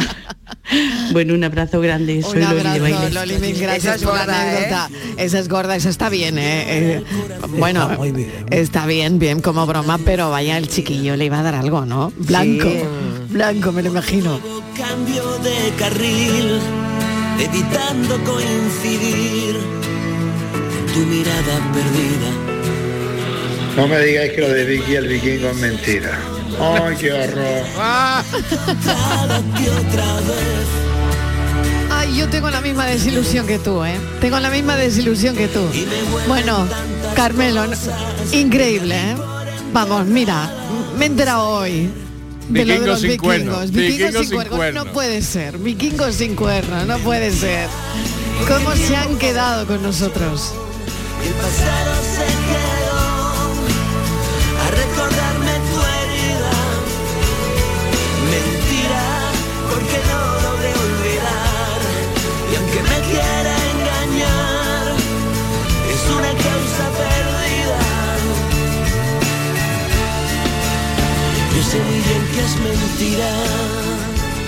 Speaker 35: Bueno, un abrazo grande, soy
Speaker 10: Un
Speaker 35: Loli de
Speaker 10: abrazo,
Speaker 35: Baile.
Speaker 10: Loli, mil gracias
Speaker 34: Esa es
Speaker 10: por la
Speaker 34: gorda, ¿eh?
Speaker 10: anécdota. Esa es gorda, esa está bien, ¿eh? Eh, bueno, está, bien, bien como broma, pero vaya el chiquillo le iba a dar algo, ¿no? Blanco, blanco, me lo imagino.
Speaker 9: Cambio de carril, evitando coincidir. Tu mirada perdida.
Speaker 11: No me digáis que lo de Vicky el vikingo es mentira. ¡Ay, qué horror!
Speaker 15: Ah.
Speaker 10: Ay, yo tengo la misma desilusión que tú, ¿eh? Tengo la misma desilusión que tú. Bueno, Carmelo, no- increíble, ¿eh? Vamos, mira, me he enterado hoy. De lo de
Speaker 15: Vikingos
Speaker 10: los
Speaker 15: sin
Speaker 10: vikingos,
Speaker 15: cuernos, vikingos
Speaker 10: vikingos sin
Speaker 15: sin
Speaker 10: cuernos,
Speaker 15: cuernos.
Speaker 10: no puede ser, vikingos sin cuernos, no puede ser. ¿Cómo se han quedado con nosotros?
Speaker 9: El pasado se quedó a recordarme tu herida. Mentira, porque no logré olvidar. Y aunque me quiera engañar, es una causa perdida. Yo sé muy bien que es mentira.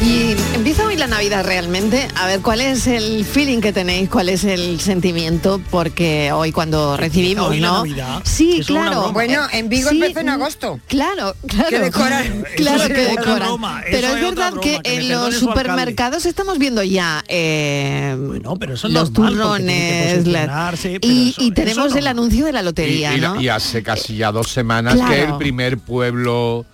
Speaker 10: Y empieza hoy la Navidad realmente. A ver, ¿cuál es el feeling que tenéis? ¿Cuál es el sentimiento? Porque hoy cuando recibimos,
Speaker 34: Hoy la
Speaker 10: ¿no?
Speaker 34: Navidad.
Speaker 10: Sí,
Speaker 34: Eso es una
Speaker 10: claro.
Speaker 34: broma. ¿eh? Bueno, en Vigo empezó en
Speaker 10: mm,
Speaker 34: agosto.
Speaker 10: Claro, claro.
Speaker 34: Que decoran.
Speaker 10: Claro
Speaker 34: Eso
Speaker 10: que
Speaker 34: es otra
Speaker 10: decoran.
Speaker 34: broma, eso
Speaker 10: Pero
Speaker 34: es
Speaker 10: es
Speaker 34: otra
Speaker 10: verdad
Speaker 34: broma,
Speaker 10: que,
Speaker 34: que me
Speaker 10: en los
Speaker 34: perdone su alcalde.
Speaker 10: supermercados estamos viendo ya eh,
Speaker 16: es
Speaker 10: los
Speaker 16: normal, porque tiene que
Speaker 10: turrones. la-
Speaker 16: posicionarse, pero
Speaker 10: y,
Speaker 16: eso-
Speaker 10: y
Speaker 16: eso
Speaker 10: tenemos el anuncio de la lotería,
Speaker 15: y, y-
Speaker 10: ¿no?
Speaker 15: y hace casi ya dos semanas que
Speaker 10: claro.
Speaker 15: el primer pueblo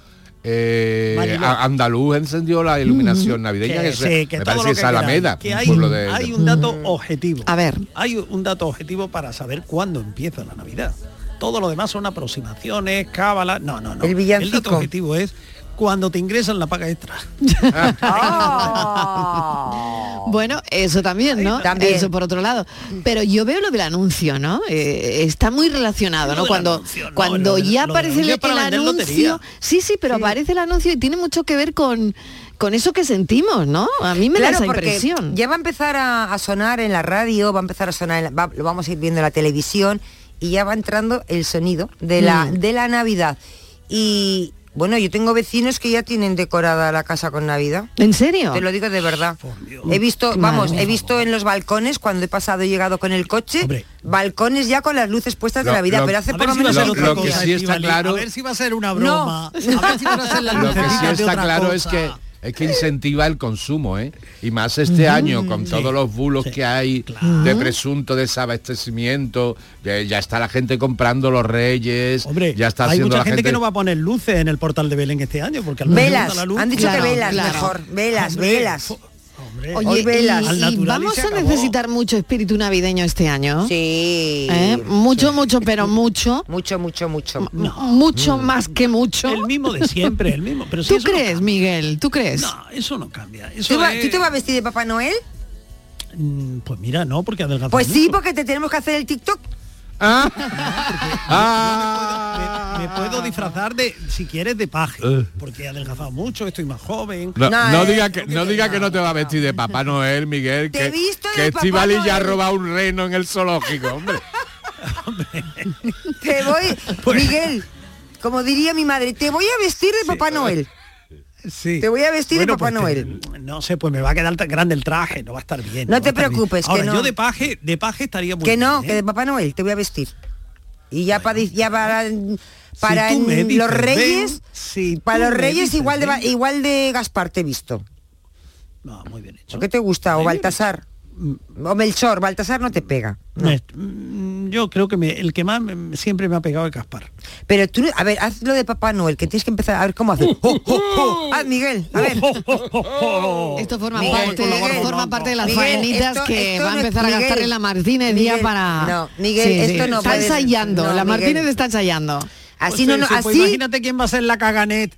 Speaker 15: eh,
Speaker 16: Válido.
Speaker 15: a- andaluz encendió la iluminación
Speaker 10: Mm.
Speaker 15: navideña que, se-
Speaker 16: sí, Mm. que todo
Speaker 15: me parece
Speaker 16: lo
Speaker 15: que es
Speaker 16: quieran,
Speaker 15: Alameda
Speaker 16: que
Speaker 15: un
Speaker 16: hay,
Speaker 15: pueblo de-
Speaker 16: hay
Speaker 15: de-
Speaker 16: un dato objetivo.
Speaker 10: Mm. A ver.
Speaker 16: Hay un dato objetivo para saber cuándo empieza la Navidad. Todo lo demás son aproximaciones, cábalas. No, no, no.
Speaker 34: El villancico.
Speaker 16: dato
Speaker 15: Ah.
Speaker 14: Ah,
Speaker 16: objetivo es cuando te ingresan la paga extra.
Speaker 10: Bueno, eso también, ¿no?
Speaker 14: También.
Speaker 10: Eso por otro lado. Pero yo veo lo del anuncio, ¿no? Eh, está muy relacionado, ¿no? Cuando, cuando ya
Speaker 36: del
Speaker 10: aparece el,
Speaker 36: anuncio es para
Speaker 10: el
Speaker 36: vender
Speaker 10: anuncio.
Speaker 36: lotería.
Speaker 10: Sí, sí, pero aparece el anuncio y tiene mucho que ver con, con eso que sentimos, ¿no? A mí me
Speaker 14: claro,
Speaker 10: da esa
Speaker 14: porque
Speaker 10: impresión.
Speaker 14: Ya va a empezar a, a sonar en la radio, va a empezar a sonar, en la- va- lo vamos a ir viendo en la televisión y ya va entrando el sonido de la,
Speaker 10: Mm.
Speaker 14: de la Navidad. Y bueno, yo tengo vecinos que ya tienen decorada la casa con Navidad.
Speaker 10: ¿En serio?
Speaker 14: Te lo digo de verdad. He visto,
Speaker 10: Madre
Speaker 14: vamos,
Speaker 10: mía.
Speaker 14: he visto en los balcones cuando he pasado y llegado con el coche, balcones ya con las luces puestas
Speaker 15: Lo-
Speaker 14: de Navidad,
Speaker 15: lo-
Speaker 14: pero hace
Speaker 15: A
Speaker 14: por
Speaker 15: ver
Speaker 14: lo
Speaker 15: si va a
Speaker 14: menos
Speaker 15: ser otra Lo que cosa, sí está
Speaker 16: Estivali,
Speaker 15: claro- *laughs*
Speaker 16: A ver si va a ser una
Speaker 14: No.
Speaker 16: broma. *laughs* A ver si van a hacer las
Speaker 15: Lo que sí
Speaker 16: lucecitas de
Speaker 15: está
Speaker 16: otra
Speaker 15: claro
Speaker 16: cosa.
Speaker 15: es que es que incentiva el consumo, ¿eh? Y más este
Speaker 16: Ujú.
Speaker 15: año, con
Speaker 16: Sí,
Speaker 15: todos los bulos que hay de presunto desabastecimiento, ya, ya está la gente comprando los reyes, ya está
Speaker 16: Hay
Speaker 15: haciendo
Speaker 16: mucha
Speaker 15: la
Speaker 16: gente,
Speaker 15: gente...
Speaker 16: que no va a poner luces en el portal de Belén este año porque al
Speaker 14: Velas, han dicho que velas mejor, velas, velas.
Speaker 10: Oye,
Speaker 14: Eh, Hoy
Speaker 10: y-
Speaker 14: velas.
Speaker 10: y
Speaker 14: Al natural y
Speaker 10: vamos
Speaker 14: se
Speaker 10: a
Speaker 14: acabó.
Speaker 10: necesitar mucho espíritu navideño este año. ¿Eh?
Speaker 14: Sí.
Speaker 10: Mucho, mucho, pero mucho.
Speaker 14: Mucho, mucho, mucho.
Speaker 10: Mucho
Speaker 14: Mm.
Speaker 10: más que mucho.
Speaker 16: El mismo de siempre, el mismo. Pero si
Speaker 10: ¿Tú
Speaker 16: eso no
Speaker 10: crees, Miguel? ¿Tú crees?
Speaker 16: No, eso no cambia.
Speaker 14: ¿Tú,
Speaker 16: Eso
Speaker 14: va-
Speaker 16: es-
Speaker 14: tú te vas a vestir de Papá Noel?
Speaker 16: Mm, Pues mira, no, porque adelgazas
Speaker 14: Pues sí,
Speaker 15: *laughs*
Speaker 16: mucho.
Speaker 14: porque te tenemos que hacer el TikTok.
Speaker 15: Ah.
Speaker 16: *laughs* Me puedo disfrazar de, si quieres, de paje. Porque he adelgazado mucho, estoy más joven.
Speaker 15: Eh. No, no
Speaker 14: eh,
Speaker 15: diga que no diga que no te va a vestir de Papá Noel, Miguel,
Speaker 16: Te he
Speaker 15: que,
Speaker 16: visto de
Speaker 15: que
Speaker 16: Papá
Speaker 15: Estivali ya ha
Speaker 16: Noel.
Speaker 15: robado un reno en el zoológico, hombre.
Speaker 14: Te
Speaker 16: *laughs*
Speaker 14: voy,
Speaker 16: Pues
Speaker 14: Miguel, como diría mi madre, te voy a vestir de Papá Noel.
Speaker 16: Sí.
Speaker 14: Te voy a vestir de
Speaker 16: Bueno,
Speaker 14: Papá
Speaker 16: pues te-
Speaker 14: Noel.
Speaker 16: No sé, pues me va a quedar tan grande el traje, no va a estar bien.
Speaker 14: No
Speaker 16: va a
Speaker 14: te
Speaker 16: estar bien.
Speaker 14: preocupes, que
Speaker 16: Ahora,
Speaker 14: no.
Speaker 16: yo de paje, de paje estaría muy
Speaker 14: que no,
Speaker 16: bien,
Speaker 14: que
Speaker 16: ¿eh?
Speaker 14: de Papá Noel te voy a vestir. Y ya para ya para para
Speaker 16: tú me
Speaker 14: en
Speaker 16: dices,
Speaker 14: los Reyes,
Speaker 16: ven, si tú
Speaker 14: para los
Speaker 16: me
Speaker 14: Reyes
Speaker 16: dices,
Speaker 14: igual de va-
Speaker 16: ven.
Speaker 14: igual de Gaspar te he visto.
Speaker 16: No, muy bien Mm. hecho.
Speaker 14: ¿O ¿Qué te gusta? ¿O Baltasar? ¿O Melchor? Baltasar no te pega.
Speaker 16: Me- mm, Yo creo que me- el que más me- siempre me ha pegado es Caspar.
Speaker 14: Pero tú, a ver, haz lo de Papá Noel, que tienes que empezar a ver cómo hacer.
Speaker 16: Uh,
Speaker 14: Ah, Miguel, a ver.
Speaker 10: Esto forma
Speaker 14: Miguel,
Speaker 10: parte,
Speaker 14: Miguel,
Speaker 10: forma parte de las
Speaker 14: Miguel,
Speaker 10: faenitas
Speaker 14: esto-
Speaker 10: que
Speaker 14: esto
Speaker 10: va a
Speaker 14: no es-
Speaker 10: empezar a
Speaker 14: Miguel,
Speaker 10: gastarle la Martínez día
Speaker 14: Miguel,
Speaker 10: para.
Speaker 14: no, Miguel, esto no
Speaker 10: Está
Speaker 14: puede-
Speaker 10: ensayando,
Speaker 14: no,
Speaker 10: la
Speaker 14: Miguel.
Speaker 10: Martínez está
Speaker 14: *gasps*
Speaker 10: ensayando.
Speaker 14: Así no, no,
Speaker 16: Pues, pues,
Speaker 14: así.
Speaker 16: imagínate quién va a ser la caganet.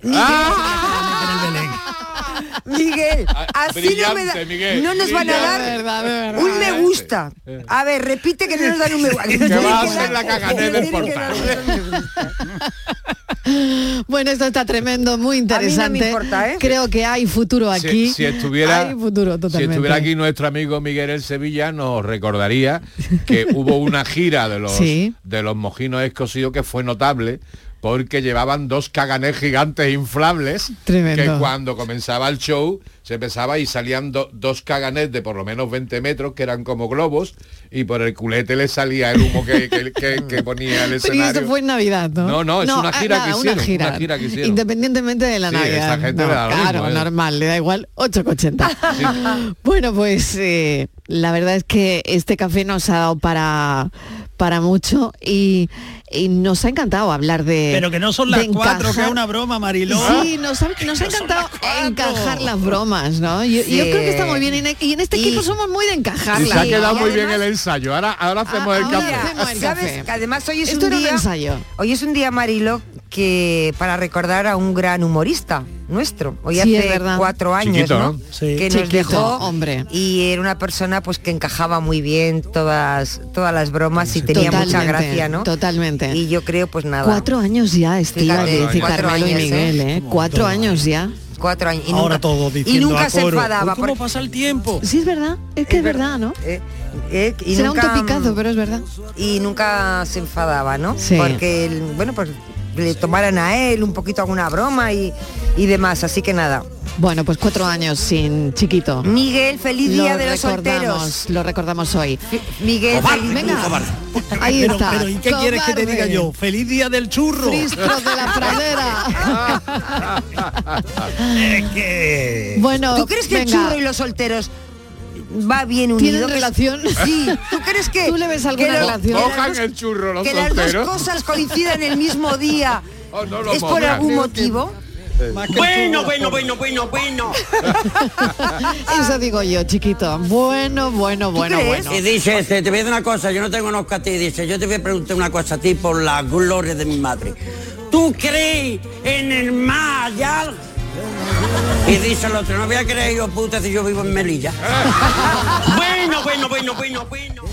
Speaker 14: *laughs* Miguel, así no, me da-
Speaker 16: Ah, brillante, Miguel,
Speaker 14: no nos van a dar
Speaker 16: brillante.
Speaker 14: un
Speaker 16: eh.
Speaker 14: me gusta. A ver, repite que no nos dan un me
Speaker 16: *laughs*
Speaker 14: gusta.
Speaker 15: *laughs*
Speaker 14: *laughs*
Speaker 15: Que va a ser la cagané del portal.
Speaker 10: Bueno, esto está tremendo, muy interesante.
Speaker 14: importa, ¿eh?
Speaker 10: Creo que hay futuro
Speaker 15: Si-
Speaker 10: aquí.
Speaker 15: si estuviera-
Speaker 10: hay futuro
Speaker 15: Si
Speaker 10: totalmente.
Speaker 15: estuviera aquí nuestro amigo Miguel El Sevilla nos recordaría
Speaker 10: *laughs*
Speaker 15: que hubo una gira de los
Speaker 10: Sí.
Speaker 15: de los mojinos escocidos que fue notable porque llevaban dos caganés gigantes inflables
Speaker 10: Tremendo.
Speaker 15: que cuando comenzaba el show se empezaba y salían do- dos caganés de por lo menos 20 metros que eran como globos y por el culete le salía el humo que, que- que- que
Speaker 10: *laughs*
Speaker 15: ponía el
Speaker 10: Pero y
Speaker 15: escenario.
Speaker 10: esto fue en Navidad, ¿no?
Speaker 15: No, no, es una
Speaker 10: ah,
Speaker 15: gira que
Speaker 10: nada,
Speaker 15: hicieron,
Speaker 10: Una
Speaker 15: una
Speaker 10: gira,
Speaker 15: gira que hicieron.
Speaker 10: Independientemente de la
Speaker 15: Sí,
Speaker 10: Navidad.
Speaker 15: esa gente
Speaker 10: No,
Speaker 15: le da lo
Speaker 10: claro,
Speaker 15: mismo, ¿eh?
Speaker 10: normal, le da igual 8,80. *laughs* Bueno, pues eh, la verdad es que este café nos ha dado para para mucho y, y nos ha encantado hablar de
Speaker 16: Pero que no son las
Speaker 10: de
Speaker 16: cuatro, que
Speaker 10: encajar-
Speaker 16: es una broma, Mariló.
Speaker 10: Sí, nos ha, nos ha encantado encajar las bromas, ¿no? Yo,
Speaker 16: Sí.
Speaker 10: yo creo que está muy bien y en- y en este equipo somos muy de
Speaker 15: Y
Speaker 10: encajarlas.
Speaker 15: se ha quedado muy bien el ensayo. Ahora, ahora hacemos el
Speaker 10: Ah, ahora
Speaker 15: café.
Speaker 10: hacemos
Speaker 15: *laughs*
Speaker 10: el
Speaker 14: ¿Sabes?
Speaker 10: café.
Speaker 14: Que además hoy es
Speaker 10: Esto
Speaker 14: un
Speaker 10: era un
Speaker 14: día.
Speaker 10: ensayo.
Speaker 14: Hoy es un día, Marilo, que para recordar a un gran humorista nuestro. Hoy
Speaker 10: Sí, es
Speaker 14: hace
Speaker 10: verdad.
Speaker 14: cuatro años,
Speaker 10: Chiquito,
Speaker 14: ¿no?
Speaker 10: ¿no? Sí.
Speaker 14: Que
Speaker 10: Chiquito,
Speaker 14: nos dejó
Speaker 10: hombre.
Speaker 14: Y era una persona pues que encajaba muy bien todas, todas las bromas y tenía mucha
Speaker 10: Totalmente,
Speaker 14: gracia, ¿no?
Speaker 10: Totalmente.
Speaker 14: Y yo creo, pues nada.
Speaker 10: Cuatro años ya, Estiva,
Speaker 14: Fíjate,
Speaker 10: dice
Speaker 14: cuatro
Speaker 10: Carmelo y
Speaker 14: años,
Speaker 10: Miguel, ¿eh? Cuatro años ya.
Speaker 14: Cuatro años. Y
Speaker 16: Ahora
Speaker 14: nunca,
Speaker 16: todos
Speaker 14: y
Speaker 16: diciendo
Speaker 14: nunca
Speaker 16: a
Speaker 14: se
Speaker 16: coro,
Speaker 14: enfadaba.
Speaker 16: "Uy, ¿Cómo
Speaker 14: porque-
Speaker 16: pasa el tiempo?
Speaker 10: Sí, es verdad, es que es, verdad, ¿no?
Speaker 14: eh, y
Speaker 10: Será un
Speaker 14: nunca,
Speaker 10: topicazo, pero es verdad.
Speaker 14: y nunca se enfadaba, ¿no?
Speaker 10: Sí.
Speaker 14: Porque, el- bueno, pues le tomaran a él un poquito alguna broma y, y demás, así que nada.
Speaker 10: Bueno, pues cuatro años sin chiquito.
Speaker 14: Miguel, feliz día
Speaker 10: Lo
Speaker 14: de los
Speaker 10: recordamos,
Speaker 14: solteros.
Speaker 10: Lo
Speaker 14: *laughs*
Speaker 10: recordamos hoy. *laughs*
Speaker 14: Miguel,
Speaker 10: Cobarde,
Speaker 14: feliz-
Speaker 10: tú, cobarde. Ahí
Speaker 16: pero,
Speaker 10: está.
Speaker 16: pero, ¿y qué quieres que te diga
Speaker 10: cobarde.
Speaker 16: yo? ¡Feliz día del churro!
Speaker 10: Fristros de
Speaker 16: *laughs*
Speaker 10: la pradera.
Speaker 16: Es que-
Speaker 10: Bueno,
Speaker 14: ¿Tú crees que el
Speaker 10: venga.
Speaker 14: churro y los solteros va bien unido?
Speaker 10: ¿Tienen
Speaker 14: ¿Que-
Speaker 10: relación?
Speaker 14: Sí. ¿Tú crees que
Speaker 10: *laughs* ¿Tú le ves alguna
Speaker 14: que lo-
Speaker 10: relación?
Speaker 14: que las
Speaker 15: Cojan
Speaker 14: dos-
Speaker 15: el churro los
Speaker 14: que las dos
Speaker 15: solteros.
Speaker 14: cosas coincidan el mismo día?
Speaker 15: Oh, no lo
Speaker 14: ¿Es por
Speaker 15: pongas.
Speaker 14: algún motivo?
Speaker 34: Bueno, bueno, bueno, bueno, bueno.
Speaker 10: Eso digo yo, chiquito. Bueno, bueno, bueno, bueno.
Speaker 36: Y dice, este, te voy a decir una cosa, yo no tengo conozco a ti, dice, yo te voy a preguntar una cosa a ti por la gloria de mi madre. ¿Tú crees en el más allá?
Speaker 37: Y dice el otro, no voy a creer yo puta si yo vivo en Melilla. bueno, bueno, bueno, bueno, bueno.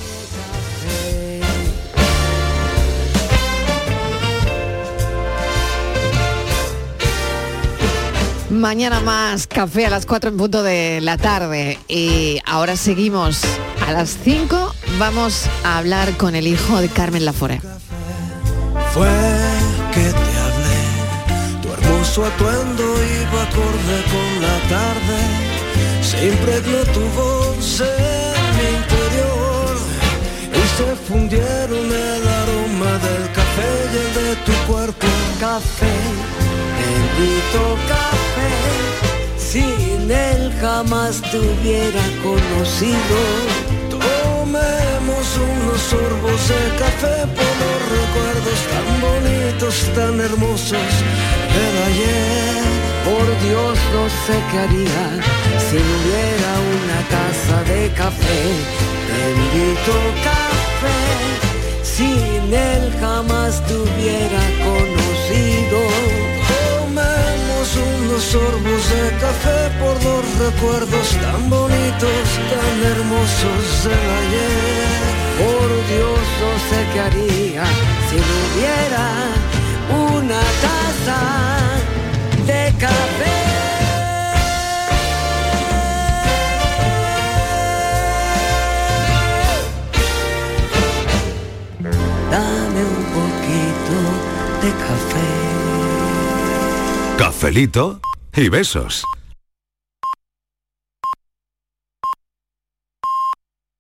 Speaker 10: Mañana más café a las 4 en punto de la tarde. Y ahora seguimos a las 5. Vamos a hablar con el hijo de Carmen Lafore.
Speaker 9: Fue que te hablé, tu hermoso atuendo iba acorde con la tarde, se impregnó tu voz en mi interior y se fundieron el aroma del café y el de tu cuerpo. Café, bendito café, sin él jamás te hubiera conocido. Tomemos unos sorbos de café por los recuerdos tan bonitos, tan hermosos del ayer. Por Dios no sé qué haría si no hubiera una taza de café. Bendito café, sin él jamás te hubiera conocido. Tomemos unos sorbos de café por los recuerdos tan bonitos, tan hermosos del ayer. Por Dios no sé qué haría si no hubiera una taza de café. Dame un poquito de café.
Speaker 6: Cafelito y besos.